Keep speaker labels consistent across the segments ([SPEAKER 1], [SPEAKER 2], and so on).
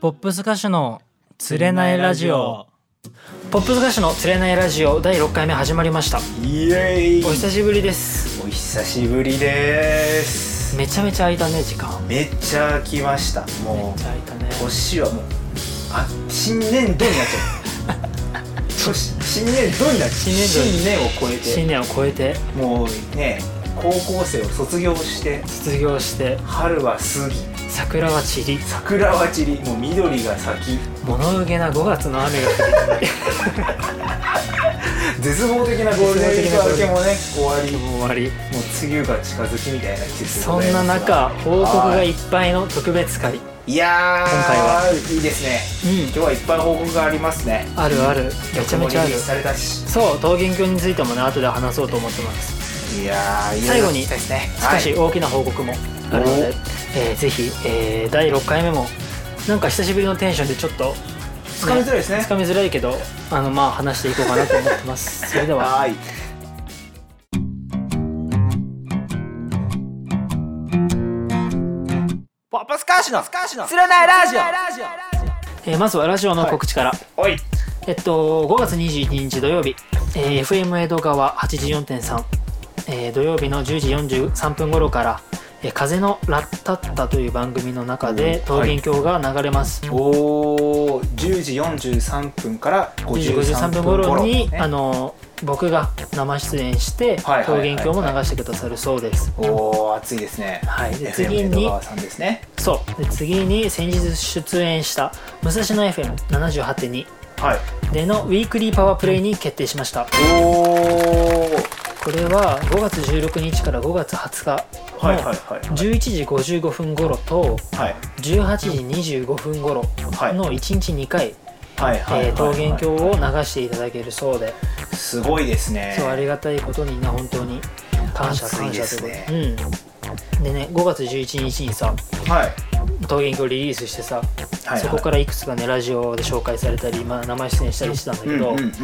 [SPEAKER 1] ポップス歌手の釣れないラジオポップス歌手の釣れないラジオ第6回目始まりました
[SPEAKER 2] イエーイ
[SPEAKER 1] お久しぶりです
[SPEAKER 2] お久しぶりです
[SPEAKER 1] めちゃめちゃ空いたね時間
[SPEAKER 2] めっちゃ来ました
[SPEAKER 1] め
[SPEAKER 2] も
[SPEAKER 1] っちゃ空いたね
[SPEAKER 2] う年はもうあ新年度になっ ちゃう年新年度になっちゃう
[SPEAKER 1] 新年度
[SPEAKER 2] 新年を超え
[SPEAKER 1] 新
[SPEAKER 2] て
[SPEAKER 1] 年を超えて
[SPEAKER 2] もうね高校生を卒業して
[SPEAKER 1] 卒業して
[SPEAKER 2] 春は過ぎ
[SPEAKER 1] 桜は散り
[SPEAKER 2] 桜は散りもう緑が咲き
[SPEAKER 1] 物憂げな5月の雨が 降り
[SPEAKER 2] 絶望的なゴールデンウィーク明けもね終わりも
[SPEAKER 1] 終わり
[SPEAKER 2] う梅雨が近づきみたいな季節で
[SPEAKER 1] そ
[SPEAKER 2] ござ
[SPEAKER 1] ん
[SPEAKER 2] いま
[SPEAKER 1] な
[SPEAKER 2] すが
[SPEAKER 1] 中報告が
[SPEAKER 2] はい
[SPEAKER 1] いっぱいの特別会うん
[SPEAKER 2] いやー
[SPEAKER 1] 今回
[SPEAKER 2] いいですね今日はいっぱい報告がありますね
[SPEAKER 1] あるあるめちゃめちゃあ
[SPEAKER 2] 曲もリリ
[SPEAKER 1] る
[SPEAKER 2] ースされたし
[SPEAKER 1] そう桃源郷についてもね後で話そうと思ってます
[SPEAKER 2] いやー
[SPEAKER 1] 最後に
[SPEAKER 2] いろいろ聞きたいですね
[SPEAKER 1] しかし
[SPEAKER 2] はい
[SPEAKER 1] 大きな報告もあるので、
[SPEAKER 2] お
[SPEAKER 1] えーぜひ、えー第6回目もなんか久しぶりのテンションでちょっと
[SPEAKER 2] つかみづらいですね
[SPEAKER 1] つかみづらいけどあのまあ話していこうかなと思ってます それでは
[SPEAKER 2] はいパパスカーシのスカーシの釣れないラジ
[SPEAKER 1] えーまずはラジオの告知から、
[SPEAKER 2] オおい
[SPEAKER 1] えっと5月21日土曜日、えー FM 江戸川84.3、えー土曜日の10時43分頃から「えー風のラッタッタ」という番組の中で
[SPEAKER 2] お
[SPEAKER 1] 桃源郷が流れます、
[SPEAKER 2] おー10時43分から
[SPEAKER 1] 53分
[SPEAKER 2] 53分
[SPEAKER 1] 頃
[SPEAKER 2] 頃
[SPEAKER 1] に、
[SPEAKER 2] ね
[SPEAKER 1] あの僕が生出演して
[SPEAKER 2] はいはいはいはい
[SPEAKER 1] 桃源郷も流してくださるそうです。
[SPEAKER 2] おー暑いですね
[SPEAKER 1] はい、で
[SPEAKER 2] FM
[SPEAKER 1] 次
[SPEAKER 2] 江戸
[SPEAKER 1] に
[SPEAKER 2] 川さんですね
[SPEAKER 1] そうで次に先日出演した武蔵野 FM78.2
[SPEAKER 2] はい
[SPEAKER 1] でのウィークリーパワープレイに決定しました
[SPEAKER 2] おー
[SPEAKER 1] これは5月16日から5月20日
[SPEAKER 2] はいはい
[SPEAKER 1] の
[SPEAKER 2] はい
[SPEAKER 1] 11時55分頃と
[SPEAKER 2] はい
[SPEAKER 1] 18時25分頃の1日2回、
[SPEAKER 2] はいはい
[SPEAKER 1] えー桃源
[SPEAKER 2] は
[SPEAKER 1] 郷を流していただけるそうで、
[SPEAKER 2] いすごいですね
[SPEAKER 1] そうありがたいことにね本当に感謝
[SPEAKER 2] 暑い
[SPEAKER 1] 感謝
[SPEAKER 2] で
[SPEAKER 1] と
[SPEAKER 2] すね
[SPEAKER 1] いうことでうんでね5月11日にさ
[SPEAKER 2] はい
[SPEAKER 1] 桃源郷リリースしてさ、
[SPEAKER 2] はい
[SPEAKER 1] そこからいくつかねラジオで紹介されたり、まあ、生出演したりしてたんだけど、
[SPEAKER 2] うんうんうんうん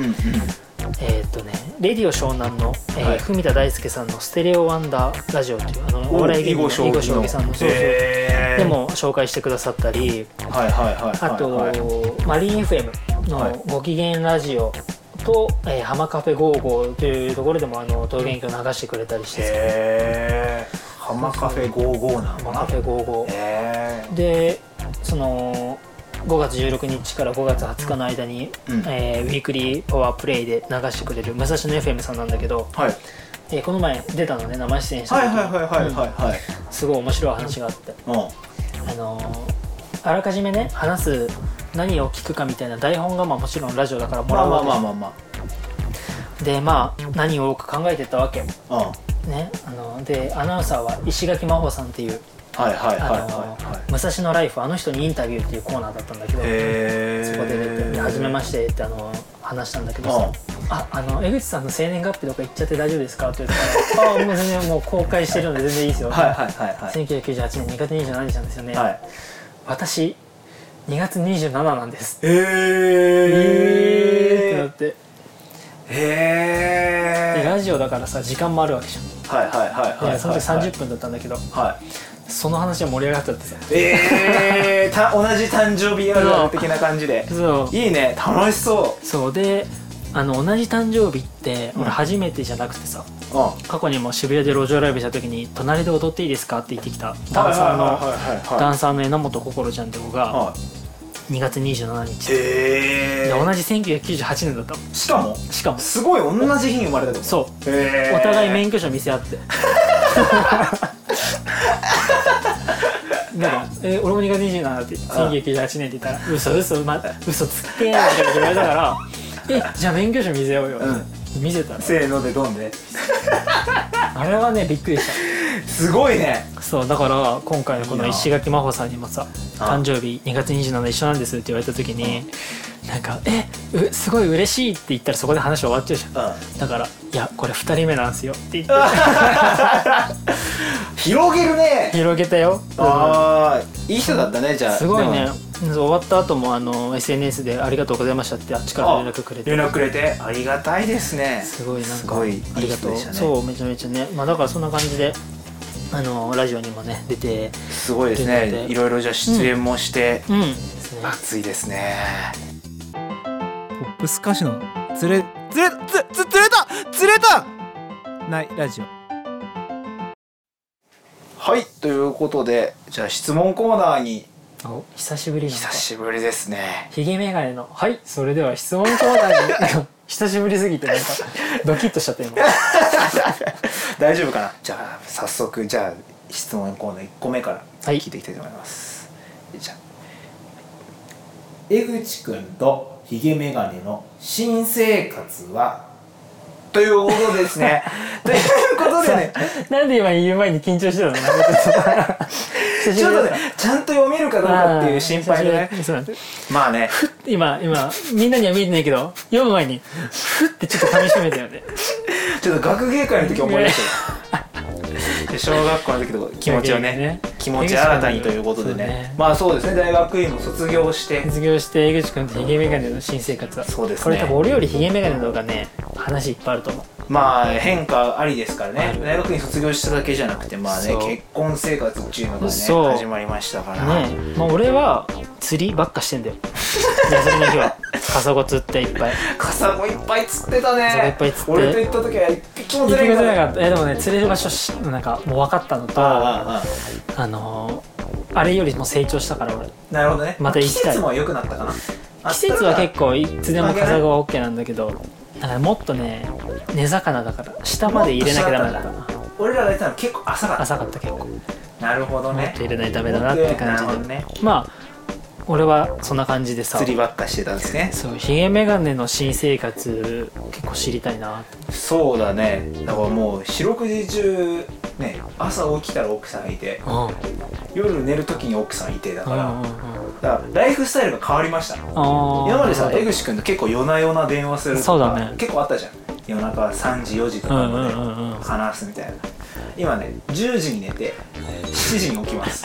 [SPEAKER 1] えーっとね「レディオ湘南の」えー
[SPEAKER 2] はい
[SPEAKER 1] 文田大輔さんの「ステレオワンダーラジオ」っていうあのお笑い芸人の囲碁将棋さんのそうそう
[SPEAKER 2] へー
[SPEAKER 1] でも紹介してくださったり
[SPEAKER 2] はいはいはいはい
[SPEAKER 1] あと、
[SPEAKER 2] はい
[SPEAKER 1] マリン FM
[SPEAKER 2] はい
[SPEAKER 1] の「ご機嫌ラジオ」と「えー、浜カフェ55」というところでもあの桃源郷流してくれたりしてさ
[SPEAKER 2] へー浜カフェ55なの
[SPEAKER 1] マ
[SPEAKER 2] か
[SPEAKER 1] カ
[SPEAKER 2] な
[SPEAKER 1] フェ55
[SPEAKER 2] へー
[SPEAKER 1] でその5月16日から5月20日の間に、
[SPEAKER 2] うん
[SPEAKER 1] えーウィークリーパワープレイで流してくれる武蔵野 FM さんなんだけど、
[SPEAKER 2] はい
[SPEAKER 1] えーこの前出たのね生出演した
[SPEAKER 2] は
[SPEAKER 1] 時
[SPEAKER 2] い
[SPEAKER 1] に
[SPEAKER 2] はいはいはいはいはい
[SPEAKER 1] うんすごい面白い話があって、
[SPEAKER 2] う
[SPEAKER 1] あのーあらかじめね話す何を聞くかみたいな台本がまあもちろんラジオだから
[SPEAKER 2] ん
[SPEAKER 1] も
[SPEAKER 2] ま
[SPEAKER 1] ら
[SPEAKER 2] あ
[SPEAKER 1] う
[SPEAKER 2] ま
[SPEAKER 1] わ
[SPEAKER 2] あ
[SPEAKER 1] け
[SPEAKER 2] まあまあま
[SPEAKER 1] でまあ何を多く考えてったわけ
[SPEAKER 2] あうん
[SPEAKER 1] ねあのーでアナウンサーは石垣真帆さんっていう、
[SPEAKER 2] はいはいはい
[SPEAKER 1] あ
[SPEAKER 2] は
[SPEAKER 1] の
[SPEAKER 2] い
[SPEAKER 1] ー
[SPEAKER 2] はい
[SPEAKER 1] 武蔵野ライフあの人にインタビューっていうコーナーだったんだけど、
[SPEAKER 2] へー
[SPEAKER 1] そこで出て「はじめまして」ってあの話したんだけどさ「ああの江口さんの生年月日とか言っちゃって大丈夫ですか?」って言ったから「あもう全然もう公開してるので全然いいですよ」
[SPEAKER 2] はいはいはいはい
[SPEAKER 1] 1998年2月27日なんですよね、
[SPEAKER 2] はい
[SPEAKER 1] 私2月27なんです」
[SPEAKER 2] へ
[SPEAKER 1] えー
[SPEAKER 2] ー
[SPEAKER 1] ってなってで
[SPEAKER 2] へ
[SPEAKER 1] ラジオだからさ時間もあるわけじゃん
[SPEAKER 2] ーはいはいはいはいはい
[SPEAKER 1] でその時30分だったんだけど
[SPEAKER 2] はい
[SPEAKER 1] その話は盛り上がっちゃってさ
[SPEAKER 2] えー、た同じ誕生日あるある的な感じで
[SPEAKER 1] そう
[SPEAKER 2] いいね楽しそ
[SPEAKER 1] そうであの同じ誕生日って
[SPEAKER 2] うん
[SPEAKER 1] 俺初めてじゃなくてさ、
[SPEAKER 2] ううん
[SPEAKER 1] 過去にも渋谷で路上ライブした時に「隣で踊っていいですか?」って言ってきたダンサーのダ
[SPEAKER 2] の
[SPEAKER 1] ンサーの榎本心ちゃんって子が2月27日
[SPEAKER 2] へ
[SPEAKER 1] で
[SPEAKER 2] え
[SPEAKER 1] 同じ1998年だったの
[SPEAKER 2] しかも
[SPEAKER 1] しかも
[SPEAKER 2] すごい同じ日に生まれたってこと
[SPEAKER 1] そう
[SPEAKER 2] へ
[SPEAKER 1] う
[SPEAKER 2] ー
[SPEAKER 1] お互い免許証見せ合って なんか「え俺も2月27って1998年」って言ったら「嘘嘘ま嘘つけ」みたいなこと言われた から「えじゃあ免許証見せようよ」
[SPEAKER 2] うん
[SPEAKER 1] 見せたら
[SPEAKER 2] せーのでドンで
[SPEAKER 1] あれはねびっくりし
[SPEAKER 2] すごいね
[SPEAKER 1] たそうだから今回のこ
[SPEAKER 2] い
[SPEAKER 1] の
[SPEAKER 2] いな
[SPEAKER 1] 石垣真帆さんにもさ「
[SPEAKER 2] あ
[SPEAKER 1] 誕生日2月27一緒なんです」って言われた時になんか「えうすごい嬉しい」って言ったらそこで話終わっちゃうじゃん
[SPEAKER 2] うん
[SPEAKER 1] だから「いやこれ2人目なんですよ」って言って
[SPEAKER 2] 広げるね
[SPEAKER 1] 広げたよ
[SPEAKER 2] ああいい人だったねじゃあ
[SPEAKER 1] すごいね
[SPEAKER 2] でも
[SPEAKER 1] そう終わった後もあの SNS で「ありがとうございました」ってあっちから連絡くれて
[SPEAKER 2] 連絡くれてありがたいですね
[SPEAKER 1] すごいなん
[SPEAKER 2] す
[SPEAKER 1] か
[SPEAKER 2] ごいいい
[SPEAKER 1] ありがとう
[SPEAKER 2] 人でしたね
[SPEAKER 1] そうめちゃめちゃねまあだからそんな感じであのラジオにもね出て
[SPEAKER 2] すごいです
[SPEAKER 1] ということ
[SPEAKER 2] ね
[SPEAKER 1] で
[SPEAKER 2] いろいろじゃあ出演もして、
[SPEAKER 1] うんですね
[SPEAKER 2] 暑いですね
[SPEAKER 3] ポップス歌手の釣れ釣れつつ釣れた釣れたないラジオ
[SPEAKER 2] はいということでじゃあ質問コーナーに
[SPEAKER 1] お久しぶりなんか
[SPEAKER 2] 久しぶりですね
[SPEAKER 1] ひげメガネの「はいそれでは質問コーナー に」久しぶりすぎてなんかドキッとしちゃった今
[SPEAKER 2] 大丈夫かなじゃあ早速じゃあ質問コーナー1個目から
[SPEAKER 1] はい
[SPEAKER 2] 聞いていきたいと思います、じゃあ
[SPEAKER 4] 江口くんとヒゲメガネの新生活は
[SPEAKER 2] ということです ねということでね
[SPEAKER 1] なんで今言う前に緊張してたのなん かちょっと
[SPEAKER 2] ちょっとねちゃんと読めるかどうかっていう心配でね
[SPEAKER 1] あーそうなんです
[SPEAKER 2] まあね
[SPEAKER 1] 今今みんなには見えてないけど読む前にふってちょっと噛みしめたよね
[SPEAKER 2] ちょっと学芸会の時思い 出したで小学校の時と気持ちをね気持ち新たにということでね
[SPEAKER 1] そうね
[SPEAKER 2] まあそうですね大学院も卒業して
[SPEAKER 1] 卒業して江口君とヒゲメガネの新生活は
[SPEAKER 2] そうですね
[SPEAKER 1] これ多分俺よりヒゲメガネの方がね話いっぱいあると思う
[SPEAKER 2] まあ変化ありですから
[SPEAKER 1] あ
[SPEAKER 2] ね
[SPEAKER 1] る
[SPEAKER 2] 大学院卒業しただけじゃなくてまあね
[SPEAKER 1] そう
[SPEAKER 2] 結婚生活っていうのがね
[SPEAKER 1] そう
[SPEAKER 2] 始まりましたから
[SPEAKER 1] ねえ、まあ、俺は釣りばっかしてんだよ休みの日 はカサゴ釣っていっぱい
[SPEAKER 2] カサゴいっぱい釣ってた
[SPEAKER 1] カサゴいっ
[SPEAKER 2] ね
[SPEAKER 1] ぱい釣って
[SPEAKER 2] 俺と行った時は一匹も
[SPEAKER 1] 行く
[SPEAKER 2] 釣
[SPEAKER 1] こと
[SPEAKER 2] れな
[SPEAKER 1] な
[SPEAKER 2] かっ
[SPEAKER 1] かったえでもね釣れる場所しなんかもう分かったのと
[SPEAKER 2] た
[SPEAKER 1] あ
[SPEAKER 2] ああああ
[SPEAKER 1] のーあれよりも成長したから俺
[SPEAKER 2] なるほどね
[SPEAKER 1] また行
[SPEAKER 2] 季
[SPEAKER 1] きたい
[SPEAKER 2] 節も良くなったかな
[SPEAKER 1] 季節は結構いつでも
[SPEAKER 2] 負けない
[SPEAKER 1] カサゴは OK なんだけどだからもっとね根魚だから下まで入れなきゃダメだったな
[SPEAKER 2] 俺らが行ったの結構浅かっ
[SPEAKER 1] 浅かった結構もった
[SPEAKER 2] なるほどね
[SPEAKER 1] と入れないとダメだなって感じ
[SPEAKER 2] な
[SPEAKER 1] で
[SPEAKER 2] るほどね
[SPEAKER 1] まあ俺はそんな感じでさ
[SPEAKER 2] 釣りばっかしてたんですね
[SPEAKER 1] そうヒゲメガネの新生活結構知りたいな
[SPEAKER 2] そうだねだからもう四六時中ね朝起きたら奥さんいて
[SPEAKER 1] うんうん
[SPEAKER 2] 夜寝る時に奥さんいてだから、
[SPEAKER 1] うんうん
[SPEAKER 2] だからライフスタイルが変わりました
[SPEAKER 1] あー
[SPEAKER 2] 今までさ
[SPEAKER 1] な
[SPEAKER 2] 江
[SPEAKER 1] る
[SPEAKER 2] 口君と結構夜な夜な電話するとか
[SPEAKER 1] そうだね
[SPEAKER 2] 結構あったじゃん夜中3時4時と
[SPEAKER 1] ほど
[SPEAKER 2] か
[SPEAKER 1] うんう
[SPEAKER 2] まで
[SPEAKER 1] んうんうん
[SPEAKER 2] 話すみたいな今ね10時に寝て7時に起きます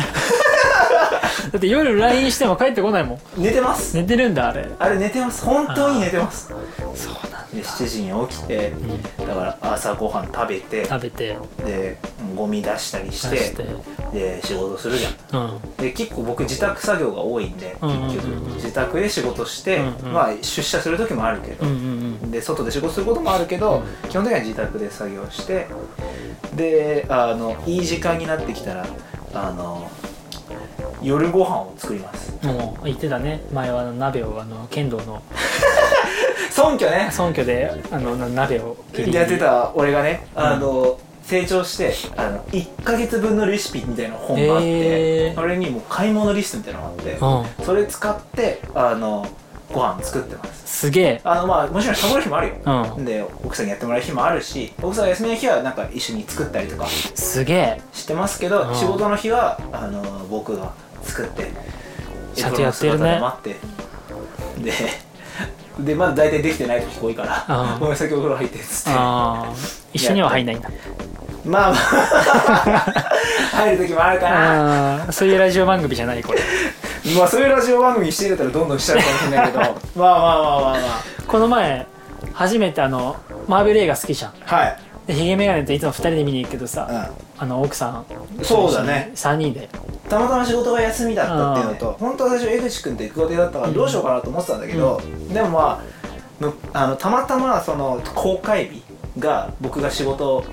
[SPEAKER 1] だって夜 LINE しても帰ってこないもん
[SPEAKER 2] 寝てます
[SPEAKER 1] 寝てるんだあれ
[SPEAKER 2] あれ寝てます本当に寝てます
[SPEAKER 1] そうなん
[SPEAKER 2] で7時に起きて
[SPEAKER 1] うん
[SPEAKER 2] だから朝ごはん食べて
[SPEAKER 1] 食べて
[SPEAKER 2] でゴミ出したりし
[SPEAKER 1] 出して
[SPEAKER 2] てで仕事するじゃん
[SPEAKER 1] うんうん
[SPEAKER 2] で結構僕自宅作業が多いんで
[SPEAKER 1] うんうんうん
[SPEAKER 2] 結局自宅で仕事して、
[SPEAKER 1] うんうん
[SPEAKER 2] まあ、出社する時もあるけど、
[SPEAKER 1] うんうん
[SPEAKER 2] で外で仕事することもあるけど、基本的には自宅で作業してであのいい時間になってきたらあの夜ご飯を作ります
[SPEAKER 1] もう言ってたね前はあの鍋をあの剣道 の
[SPEAKER 2] 尊虚ね
[SPEAKER 1] 尊虚であのな鍋をギリギリ
[SPEAKER 2] やってた俺がねあの、成長してあの1ヶ月分のレシピみたいな本があって、
[SPEAKER 1] へー
[SPEAKER 2] それにもう買い物リストみたいなのがあって、
[SPEAKER 1] うん
[SPEAKER 2] それ使ってあのご飯作ってます
[SPEAKER 1] すげえ
[SPEAKER 2] あのまあもちろんサボる日もある
[SPEAKER 1] う
[SPEAKER 2] よ、
[SPEAKER 1] ん
[SPEAKER 2] で奥さんにやってもらう日もあるし奥さんが休みの日はなんか一緒に作ったりとか
[SPEAKER 1] すげえ
[SPEAKER 2] してますけ
[SPEAKER 1] う
[SPEAKER 2] ど
[SPEAKER 1] ん
[SPEAKER 2] 仕事の日はあの僕が作って
[SPEAKER 1] ちゃんとやってるね
[SPEAKER 2] エプロンの姿で待ってででまだ大体できてない時多いから
[SPEAKER 1] う
[SPEAKER 2] 「
[SPEAKER 1] ん
[SPEAKER 2] ごめん先お風呂入って」っつって
[SPEAKER 1] ああ一緒には入んないんだ
[SPEAKER 2] まあまあ 入る時もあるかな
[SPEAKER 1] ああそういうラジオ番組じゃない これ
[SPEAKER 2] まあそういうラジオ番組して入れたらどんどんしちゃうかもし れないけどまあまあまあまあま
[SPEAKER 1] この前初めてあのマーベル映画好きじゃん
[SPEAKER 2] あはい
[SPEAKER 1] でヒゲメガネといつも二人で見に行くけどさ、あの奥さん
[SPEAKER 2] そうだね
[SPEAKER 1] 3人で
[SPEAKER 2] たまたま仕事が休みだったっていうのと本当は最初江口君と行く予定だったからどうしようかなと思ってたんだけど、でもまあのあのたまたまその公開日が僕が仕事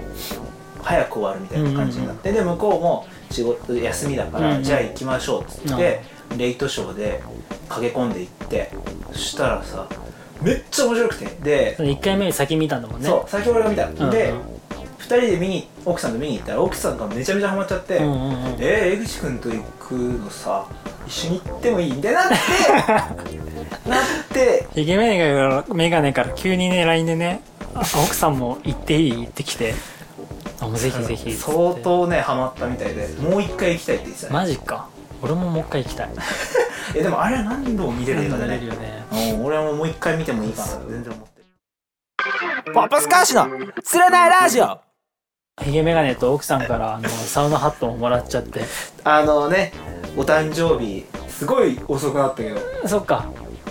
[SPEAKER 2] 早く終わるみたいな感じになって、で向こうも仕事休みだから、
[SPEAKER 1] うん
[SPEAKER 2] じゃあ行きましょうっつって、レイトショーで駆け込んで行ってそしたらさめっちゃ面白くてで、
[SPEAKER 1] 1回目先見たんだもんね
[SPEAKER 2] そう先ほどが見た、
[SPEAKER 1] ん
[SPEAKER 2] で
[SPEAKER 1] うん
[SPEAKER 2] 2人で見に奥さんと見に行ったら奥さんがめちゃめちゃハマっちゃって、
[SPEAKER 1] うんうんうん
[SPEAKER 2] えー、江口君と行くのさ一緒に行ってもいいみたいにな ってなって
[SPEAKER 1] ヒゲメガネからメガネから急にね LINE でねあ奥さんも行っていい行ってきてあもうぜひぜひっつって
[SPEAKER 2] 相当ねハマったみたいでもう一回行きたいって言ってたね、
[SPEAKER 1] マジか俺ももう一回行きたい
[SPEAKER 2] えでもあれは何度も見れる映画だ
[SPEAKER 1] 慣れる
[SPEAKER 2] ね
[SPEAKER 1] よね
[SPEAKER 2] うん俺はもうもう一回見てもいいかなと全然思ってる
[SPEAKER 3] ポップス歌手の釣れないラジオ
[SPEAKER 1] ヒゲメガネと奥さんからあのサウナハットももらっちゃって
[SPEAKER 2] あのねお誕生日すごい遅くなったけど
[SPEAKER 1] そっか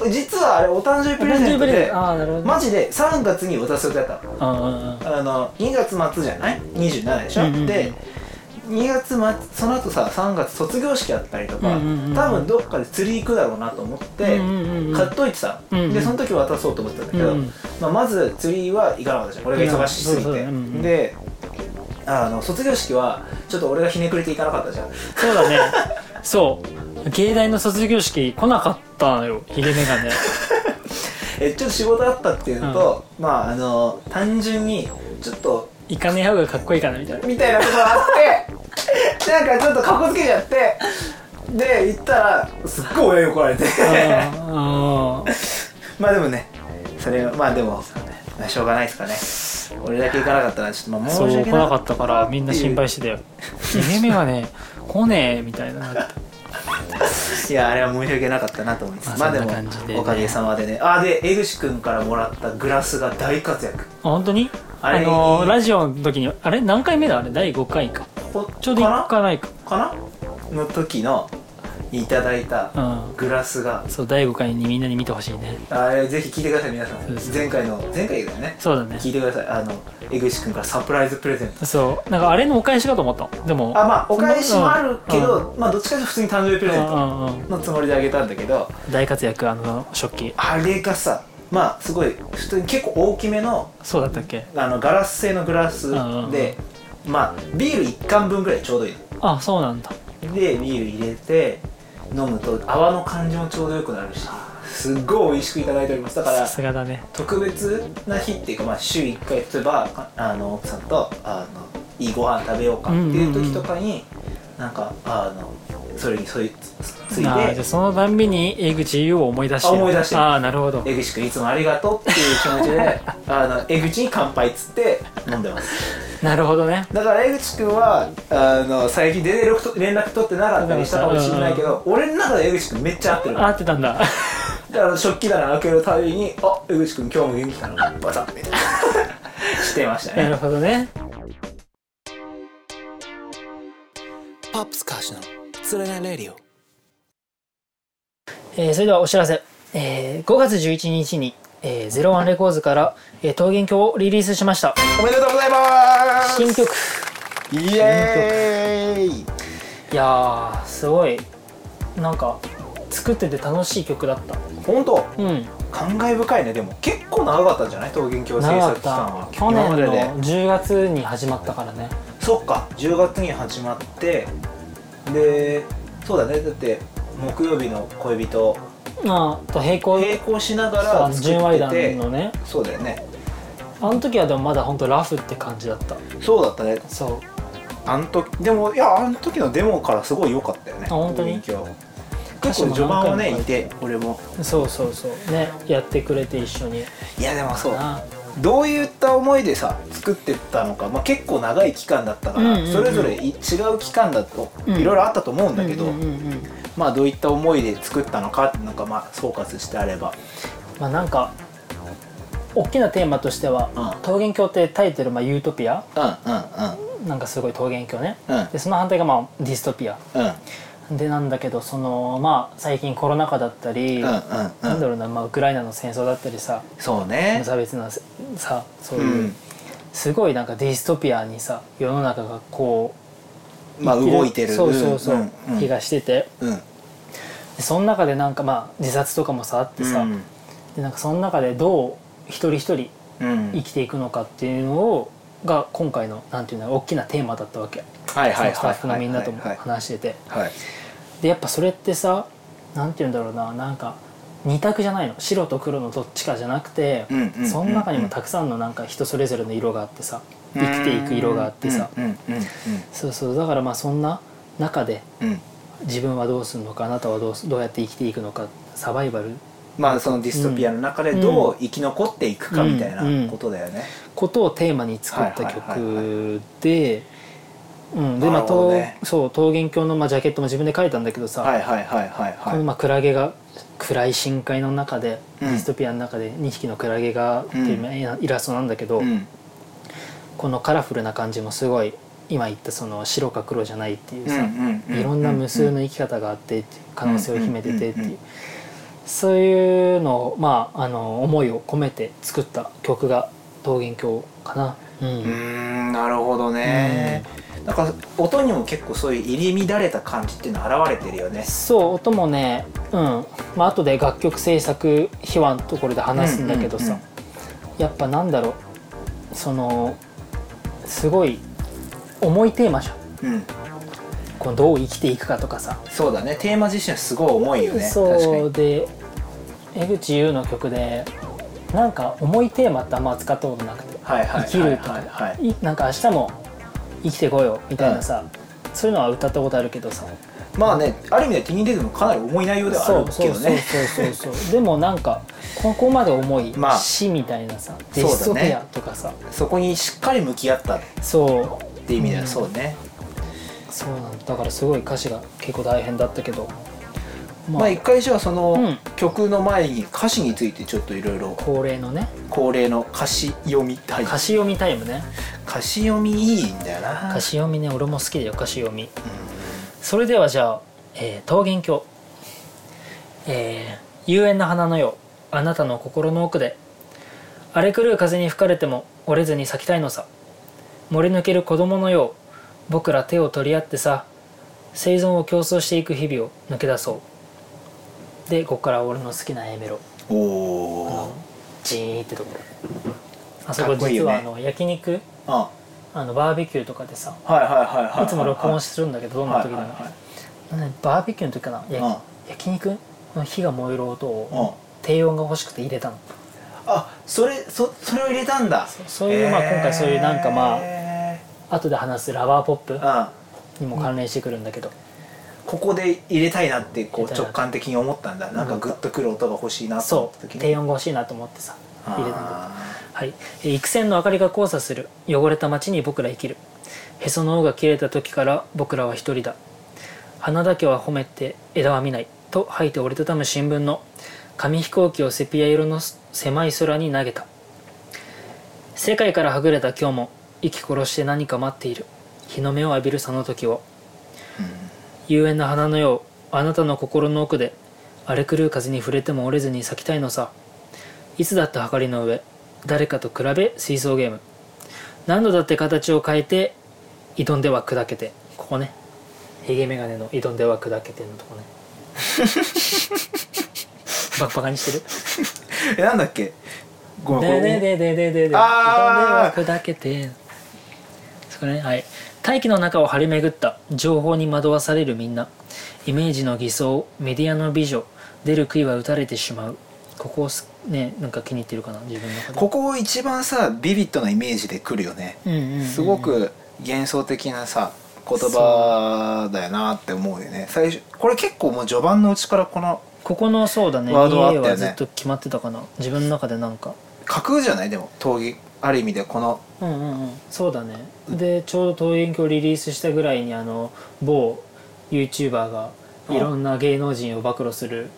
[SPEAKER 2] 実はあれお誕生日プレゼントで
[SPEAKER 1] ああなるほど
[SPEAKER 2] マジで3月に渡す予定だったの
[SPEAKER 1] うんうんうん
[SPEAKER 2] あの2月末じゃない27でしょ、
[SPEAKER 1] うんうんうん
[SPEAKER 2] で2月末その後さ3月卒業式あったりとか、
[SPEAKER 1] うんうんうん
[SPEAKER 2] 多分どっかで釣り行くだろうなと思っ
[SPEAKER 1] う
[SPEAKER 2] て、
[SPEAKER 1] んうんうん
[SPEAKER 2] 買っといてさ、
[SPEAKER 1] うんうん
[SPEAKER 2] でその時渡そうと思ってたんだけど、
[SPEAKER 1] うん
[SPEAKER 2] まあ、まず釣りは行かなかったじゃん俺が忙しすぎ
[SPEAKER 1] うんそう
[SPEAKER 2] て、
[SPEAKER 1] そううん
[SPEAKER 2] であの卒業式はちょっと俺がひねくれて行かなかったじゃん
[SPEAKER 1] そうだねそう芸大の卒業式来なかったのよヒゲメガネ
[SPEAKER 2] えちょっと仕事あったっていうのと、まああの単純にちょっと
[SPEAKER 1] 行かねえ方がかっこいいかなみたいな
[SPEAKER 2] みたいなことがあってなんかちょっとかっこつけちゃってで行ったらすっごい親に怒られて
[SPEAKER 1] あーあー
[SPEAKER 2] まあでもねそれはまあでもまあしょうがないですかね俺だけ行かなかったらちょっとまあ
[SPEAKER 1] そう
[SPEAKER 2] 申し
[SPEAKER 1] 来
[SPEAKER 2] 訳な
[SPEAKER 1] なか
[SPEAKER 2] かっ
[SPEAKER 1] ったからみんな心配してたよヒゲメガネ来ねえみたいな
[SPEAKER 2] たいやあれは申し訳なかったなと思います
[SPEAKER 1] ま
[SPEAKER 2] ま
[SPEAKER 1] あ
[SPEAKER 2] あで
[SPEAKER 1] そん
[SPEAKER 2] も
[SPEAKER 1] な感じでね
[SPEAKER 2] おかげさまでねあで江口くんからもらったグラスが大活躍
[SPEAKER 1] あ本当にあ
[SPEAKER 2] あれ
[SPEAKER 1] のーラジオの時にあれ何回目だあれ第5回か
[SPEAKER 2] こ
[SPEAKER 1] ちょうど1回ないか
[SPEAKER 2] かなの時のいただいた
[SPEAKER 1] うん
[SPEAKER 2] グラスが
[SPEAKER 1] そう第5回にみんなに見てほしいね
[SPEAKER 2] あれぜひ聞いてください皆さん
[SPEAKER 1] そうです
[SPEAKER 2] 前回の前回だよね
[SPEAKER 1] そうだね
[SPEAKER 2] 聞いてくださいあの江口くんからサプライズプレゼント
[SPEAKER 1] そうなんかあれのお返しかと思ったのでも
[SPEAKER 2] あまあお返しもあるけ
[SPEAKER 1] うん
[SPEAKER 2] ど、まあどっちかというと普通に誕生日プレゼン
[SPEAKER 1] うん
[SPEAKER 2] ト
[SPEAKER 1] うんうん
[SPEAKER 2] のつもりであげたんだけど
[SPEAKER 1] 大活躍あの食器
[SPEAKER 2] あれがさまあすごい普通に結構大きめの
[SPEAKER 1] そうだったっけ
[SPEAKER 2] あのガラス製のグラス
[SPEAKER 1] うんうん
[SPEAKER 2] で、まあビール1缶分ぐらいちょうどいい
[SPEAKER 1] あそうなんだ
[SPEAKER 2] のでビール入れて飲むと泡の感じもちょうどよくなるしすっごい美味しくいただいておりますだか
[SPEAKER 1] さ
[SPEAKER 2] ら
[SPEAKER 1] すがだね
[SPEAKER 2] 特別な日っていうか、まあ、週1回例えばかあの奥さんとあのいいご飯食べようかっていう時とかに、なんかあのそれにそいつつつい
[SPEAKER 1] あーじゃあ
[SPEAKER 2] で
[SPEAKER 1] そのたんびに江口優を思い出してる
[SPEAKER 2] あ思い出してる
[SPEAKER 1] ああなるほど
[SPEAKER 2] 「江口君いつもありがとう」っていう気持ち であの江口に乾杯っつって飲んでます
[SPEAKER 1] なるほどね
[SPEAKER 2] だから江口君はあの最近全然連絡と連絡取ってなかったりしたかもしれないけど俺の中で江口君めっちゃ合ってる
[SPEAKER 1] 合ってたんだ
[SPEAKER 2] だから食器棚開けるたびに「あ江口君今日も元気かな」 バタッてしてましたね
[SPEAKER 1] なるほどね
[SPEAKER 3] パップスカッシュの釣れないレディオ
[SPEAKER 1] えーそれではお知らせ、えー5月11日に、えー、ゼロワンレコーズから、えー、桃源郷をリリースしました
[SPEAKER 2] おめでとうございます
[SPEAKER 1] 新曲
[SPEAKER 2] イエーイ
[SPEAKER 1] いやーすごいなんか作ってて楽しい曲だった
[SPEAKER 2] 本当
[SPEAKER 1] うん
[SPEAKER 2] 感慨深いねでも結構長かったんじゃない桃源郷制
[SPEAKER 1] 長
[SPEAKER 2] 作
[SPEAKER 1] かっ
[SPEAKER 2] 期間は
[SPEAKER 1] た去年
[SPEAKER 2] 今までで
[SPEAKER 1] の10月に始まったからね
[SPEAKER 2] そっか10月に始まってでそうだねだって木曜日の恋人
[SPEAKER 1] あーと並行
[SPEAKER 2] 並行しなが
[SPEAKER 1] あ
[SPEAKER 2] ら
[SPEAKER 1] の
[SPEAKER 2] 作
[SPEAKER 1] 純愛
[SPEAKER 2] ってて
[SPEAKER 1] 団のね
[SPEAKER 2] そうだよね
[SPEAKER 1] あの時はでもまだ本当ラフって感じだった
[SPEAKER 2] そうだったね
[SPEAKER 1] そう
[SPEAKER 2] あの時でもいやあの時のデモからすごい良かったよね
[SPEAKER 1] 本当に
[SPEAKER 2] 桃源郷結構序盤はねいて俺も
[SPEAKER 1] そうそうそうねやってくれて一緒に
[SPEAKER 2] いやでもそう
[SPEAKER 1] な
[SPEAKER 2] どういった思いでさ作ってったのか、まあ、結構長い期間だったか
[SPEAKER 1] う
[SPEAKER 2] ら、
[SPEAKER 1] んうんうん
[SPEAKER 2] それぞれい違う期間だとい
[SPEAKER 1] うん
[SPEAKER 2] ろいろあったと思うんだけど、
[SPEAKER 1] うんうんうんうん
[SPEAKER 2] まあ、どういった思いで作ったのかっていうのが、まあ、総括してあれば
[SPEAKER 1] まあなんか大きなテーマとしては
[SPEAKER 2] うん
[SPEAKER 1] 「桃源郷」ってタイトル「まあ、ユートピア
[SPEAKER 2] うんう」
[SPEAKER 1] なんかすごい桃源郷ね、
[SPEAKER 2] んうん
[SPEAKER 1] でその反対がまあディストピア
[SPEAKER 2] うん
[SPEAKER 1] でなんだけどそのまあ最近コロナ禍だったり、
[SPEAKER 2] うんうん
[SPEAKER 1] な
[SPEAKER 2] うんんう
[SPEAKER 1] だ
[SPEAKER 2] ん
[SPEAKER 1] ろうな、まあ、ウクライナの戦争だったりさ
[SPEAKER 2] そうね
[SPEAKER 1] 無差別なせさそう
[SPEAKER 2] う
[SPEAKER 1] いう、
[SPEAKER 2] ん
[SPEAKER 1] すごいなんかディストピアにさ世の中がこう
[SPEAKER 2] まあ動いてる
[SPEAKER 1] そうそうそう、
[SPEAKER 2] んうん
[SPEAKER 1] 気がしてて
[SPEAKER 2] うん
[SPEAKER 1] でその中でなんかまあ自殺とかもさあってさ、
[SPEAKER 2] うん
[SPEAKER 1] でなんかその中でどう一人一人
[SPEAKER 2] うん
[SPEAKER 1] 生きていくのかっていうのをが今回のなんていうの大きなテーマだったわけ、
[SPEAKER 2] はいは
[SPEAKER 1] そ
[SPEAKER 2] いはい
[SPEAKER 1] のスタッフのみんなとも
[SPEAKER 2] はい
[SPEAKER 1] 話してて、
[SPEAKER 2] はい
[SPEAKER 1] でやっぱそれってさなんていうんだろうななんか二択じゃないの白と黒のどっちかじゃなくて、
[SPEAKER 2] うんうんうんうん
[SPEAKER 1] その中にもたくさんのなんか人それぞれの色があってさ生きていく色があってさ、
[SPEAKER 2] うんうんうん
[SPEAKER 1] そうそうだからまあそんな中で
[SPEAKER 2] うんうん
[SPEAKER 1] 自分はどうするのかあなたはどうすどうやって生きていくのかサバイバル
[SPEAKER 2] まあそのディストピアの中でどう生き残っていくかみたいなことだよね、
[SPEAKER 1] ことをテーマに作った
[SPEAKER 2] はいはいはい
[SPEAKER 1] 曲で。うん、でま
[SPEAKER 2] な
[SPEAKER 1] あ、
[SPEAKER 2] るほど
[SPEAKER 1] と
[SPEAKER 2] ね
[SPEAKER 1] そう桃源郷の、まあ、ジャケットも自分で描いたんだけどさ、
[SPEAKER 2] はいはいはいはい
[SPEAKER 1] この
[SPEAKER 2] は
[SPEAKER 1] まあクラゲが暗い深海の中で、
[SPEAKER 2] うん
[SPEAKER 1] ディストピアの中で2匹のクラゲがっていうまあ絵なイラストなんだけど、
[SPEAKER 2] い。うん
[SPEAKER 1] このカラフルな感じもすごい今言ったその白か黒じゃないっていうさ、いろんな無数の生き方があってっていう可能性を秘めててって
[SPEAKER 2] うんうんうん
[SPEAKER 1] いううんそういうのをまああの思いを込めて作った曲が「桃源郷」かな。う
[SPEAKER 2] うんんなるほどね、なんか音にも結構そういう入り乱れた感じっていうのが現れてるよね
[SPEAKER 1] そう音もねうんまあ後で楽曲制作秘話のところで話すんだけどさ、
[SPEAKER 2] うんうん
[SPEAKER 1] やっぱなんだろうそのすごい重いテーマじゃん
[SPEAKER 2] うん
[SPEAKER 1] このどう生きていくかとかさ、
[SPEAKER 2] そうだねテーマ自身はすごい重いよね確か
[SPEAKER 1] そう
[SPEAKER 2] に
[SPEAKER 1] で江口優の曲でなんか重いテーマってあんま使ったことなくて
[SPEAKER 2] はいはい
[SPEAKER 1] 生きると
[SPEAKER 2] はいはいはい
[SPEAKER 1] いなんか明日も生きてこいよみたいなさ、そういうのは歌ったことあるけどさ
[SPEAKER 2] まあねある意味ではティニーデズもかなり重い内容ではあ
[SPEAKER 1] そ
[SPEAKER 2] る
[SPEAKER 1] う
[SPEAKER 2] け
[SPEAKER 1] そう
[SPEAKER 2] ど
[SPEAKER 1] そう
[SPEAKER 2] ね
[SPEAKER 1] そうそう そうでもなんかここまで重い
[SPEAKER 2] まあ
[SPEAKER 1] 死みたいなさ
[SPEAKER 2] そ
[SPEAKER 1] デ
[SPEAKER 2] うだね
[SPEAKER 1] ストペアとかさ
[SPEAKER 2] そこにしっかり向き合ったっ
[SPEAKER 1] そ
[SPEAKER 2] ていう意味で
[SPEAKER 1] う
[SPEAKER 2] は
[SPEAKER 1] ん
[SPEAKER 2] そうね、
[SPEAKER 1] うそうなんだだからすごい歌詞が結構大変だったけどまあ、
[SPEAKER 2] まあ一回じゃあその、
[SPEAKER 1] うん
[SPEAKER 2] 曲の前に歌詞についてちょっといろいろ
[SPEAKER 1] 恒例の ね
[SPEAKER 2] 恒例の歌詞読みタイム
[SPEAKER 1] 歌詞読みタイムね
[SPEAKER 2] 歌詞読みいいんだよな
[SPEAKER 1] 歌詞読みね俺も好きだよ歌詞読みそれではじゃあ、えー、桃源郷、えー遊園の花のようあなたの心の奥で荒れ狂う風に吹かれても折れずに咲きたいのさ漏れ抜ける子供のよう僕ら手を取り合ってさ生存を競争していく日々を抜け出そうでここから俺の好きな A メロ
[SPEAKER 2] おお
[SPEAKER 1] ジーンってとこあそこ
[SPEAKER 2] かっこいい
[SPEAKER 1] 実
[SPEAKER 2] よね
[SPEAKER 1] はあの焼肉
[SPEAKER 2] ーあ
[SPEAKER 1] あのバーベキューとかでさ
[SPEAKER 2] はいはいはいはい
[SPEAKER 1] いつも録音
[SPEAKER 2] し
[SPEAKER 1] するんだけどど
[SPEAKER 2] て
[SPEAKER 1] んな時でもねバーベキューの時かな焼
[SPEAKER 2] うん
[SPEAKER 1] 焼肉の火が燃える音を低音が欲しくて入れたの
[SPEAKER 2] あそれそそれを入れたんだ
[SPEAKER 1] そういうまあ今回そういうなんかまあ
[SPEAKER 2] え
[SPEAKER 1] 後で話すラバーポップ
[SPEAKER 2] ーう
[SPEAKER 1] に
[SPEAKER 2] ん
[SPEAKER 1] も関連してくるんだけど
[SPEAKER 2] ここで入れたいなってこ
[SPEAKER 1] 入
[SPEAKER 2] う
[SPEAKER 1] れたい
[SPEAKER 2] 直
[SPEAKER 1] な
[SPEAKER 2] 感的に思ったんだなんかグッとくる音が欲しいなと思
[SPEAKER 1] そ
[SPEAKER 2] った
[SPEAKER 1] う
[SPEAKER 2] 時に
[SPEAKER 1] 低音が欲しいなと思ってさ入れたんだ
[SPEAKER 2] あ
[SPEAKER 1] はいえー幾千の明かりが交差する汚れた街に僕ら生きるへその緒が切れた時から僕らは一人だ花だけは褒めて枝は見ないと吐いて折りたたむ新聞の紙飛行機をセピア色の狭い空に投げた世界からはぐれた今日も息殺して何か待っている日の目を浴びるその時を遊園の花のようあなたの心の奥で荒れ狂う風に触れても折れずに咲きたいのさいつだって計りの上誰かと比べ水槽ゲーム何度だって形を変えて挑んでは砕けてここねヘゲメガネの挑んでは砕けてのとこ ねバカバカにしてる
[SPEAKER 2] ーえなんだっけごめん
[SPEAKER 1] で
[SPEAKER 2] ごめ
[SPEAKER 1] でで
[SPEAKER 2] ん
[SPEAKER 1] でででで
[SPEAKER 2] あ
[SPEAKER 1] で
[SPEAKER 2] ー
[SPEAKER 1] 砕けてそこねはい大気の中を張り巡った情報に惑わされるみんなイメージの偽装メディアの美女出る杭は打たれてしまうここをすねなんか気に入ってるかな自分の中で
[SPEAKER 2] ここ一番さビビッドなイメージでくるよね
[SPEAKER 1] うんうんうんうん
[SPEAKER 2] すごく幻想的なさ言葉だよなって思うよね最初これ結構もう序盤のうちからこの
[SPEAKER 1] ここのそうだね
[SPEAKER 2] ワードはあっ
[SPEAKER 1] EA
[SPEAKER 2] たよね
[SPEAKER 1] はずっと決まってたかな自分の中でなんか
[SPEAKER 2] 架空じゃないでも闘技ある意味でこの
[SPEAKER 1] うんうんうんそうだねでちょうど桃源郷リリースしたぐらいにあの某 YouTuber がいろんな芸能人を暴露する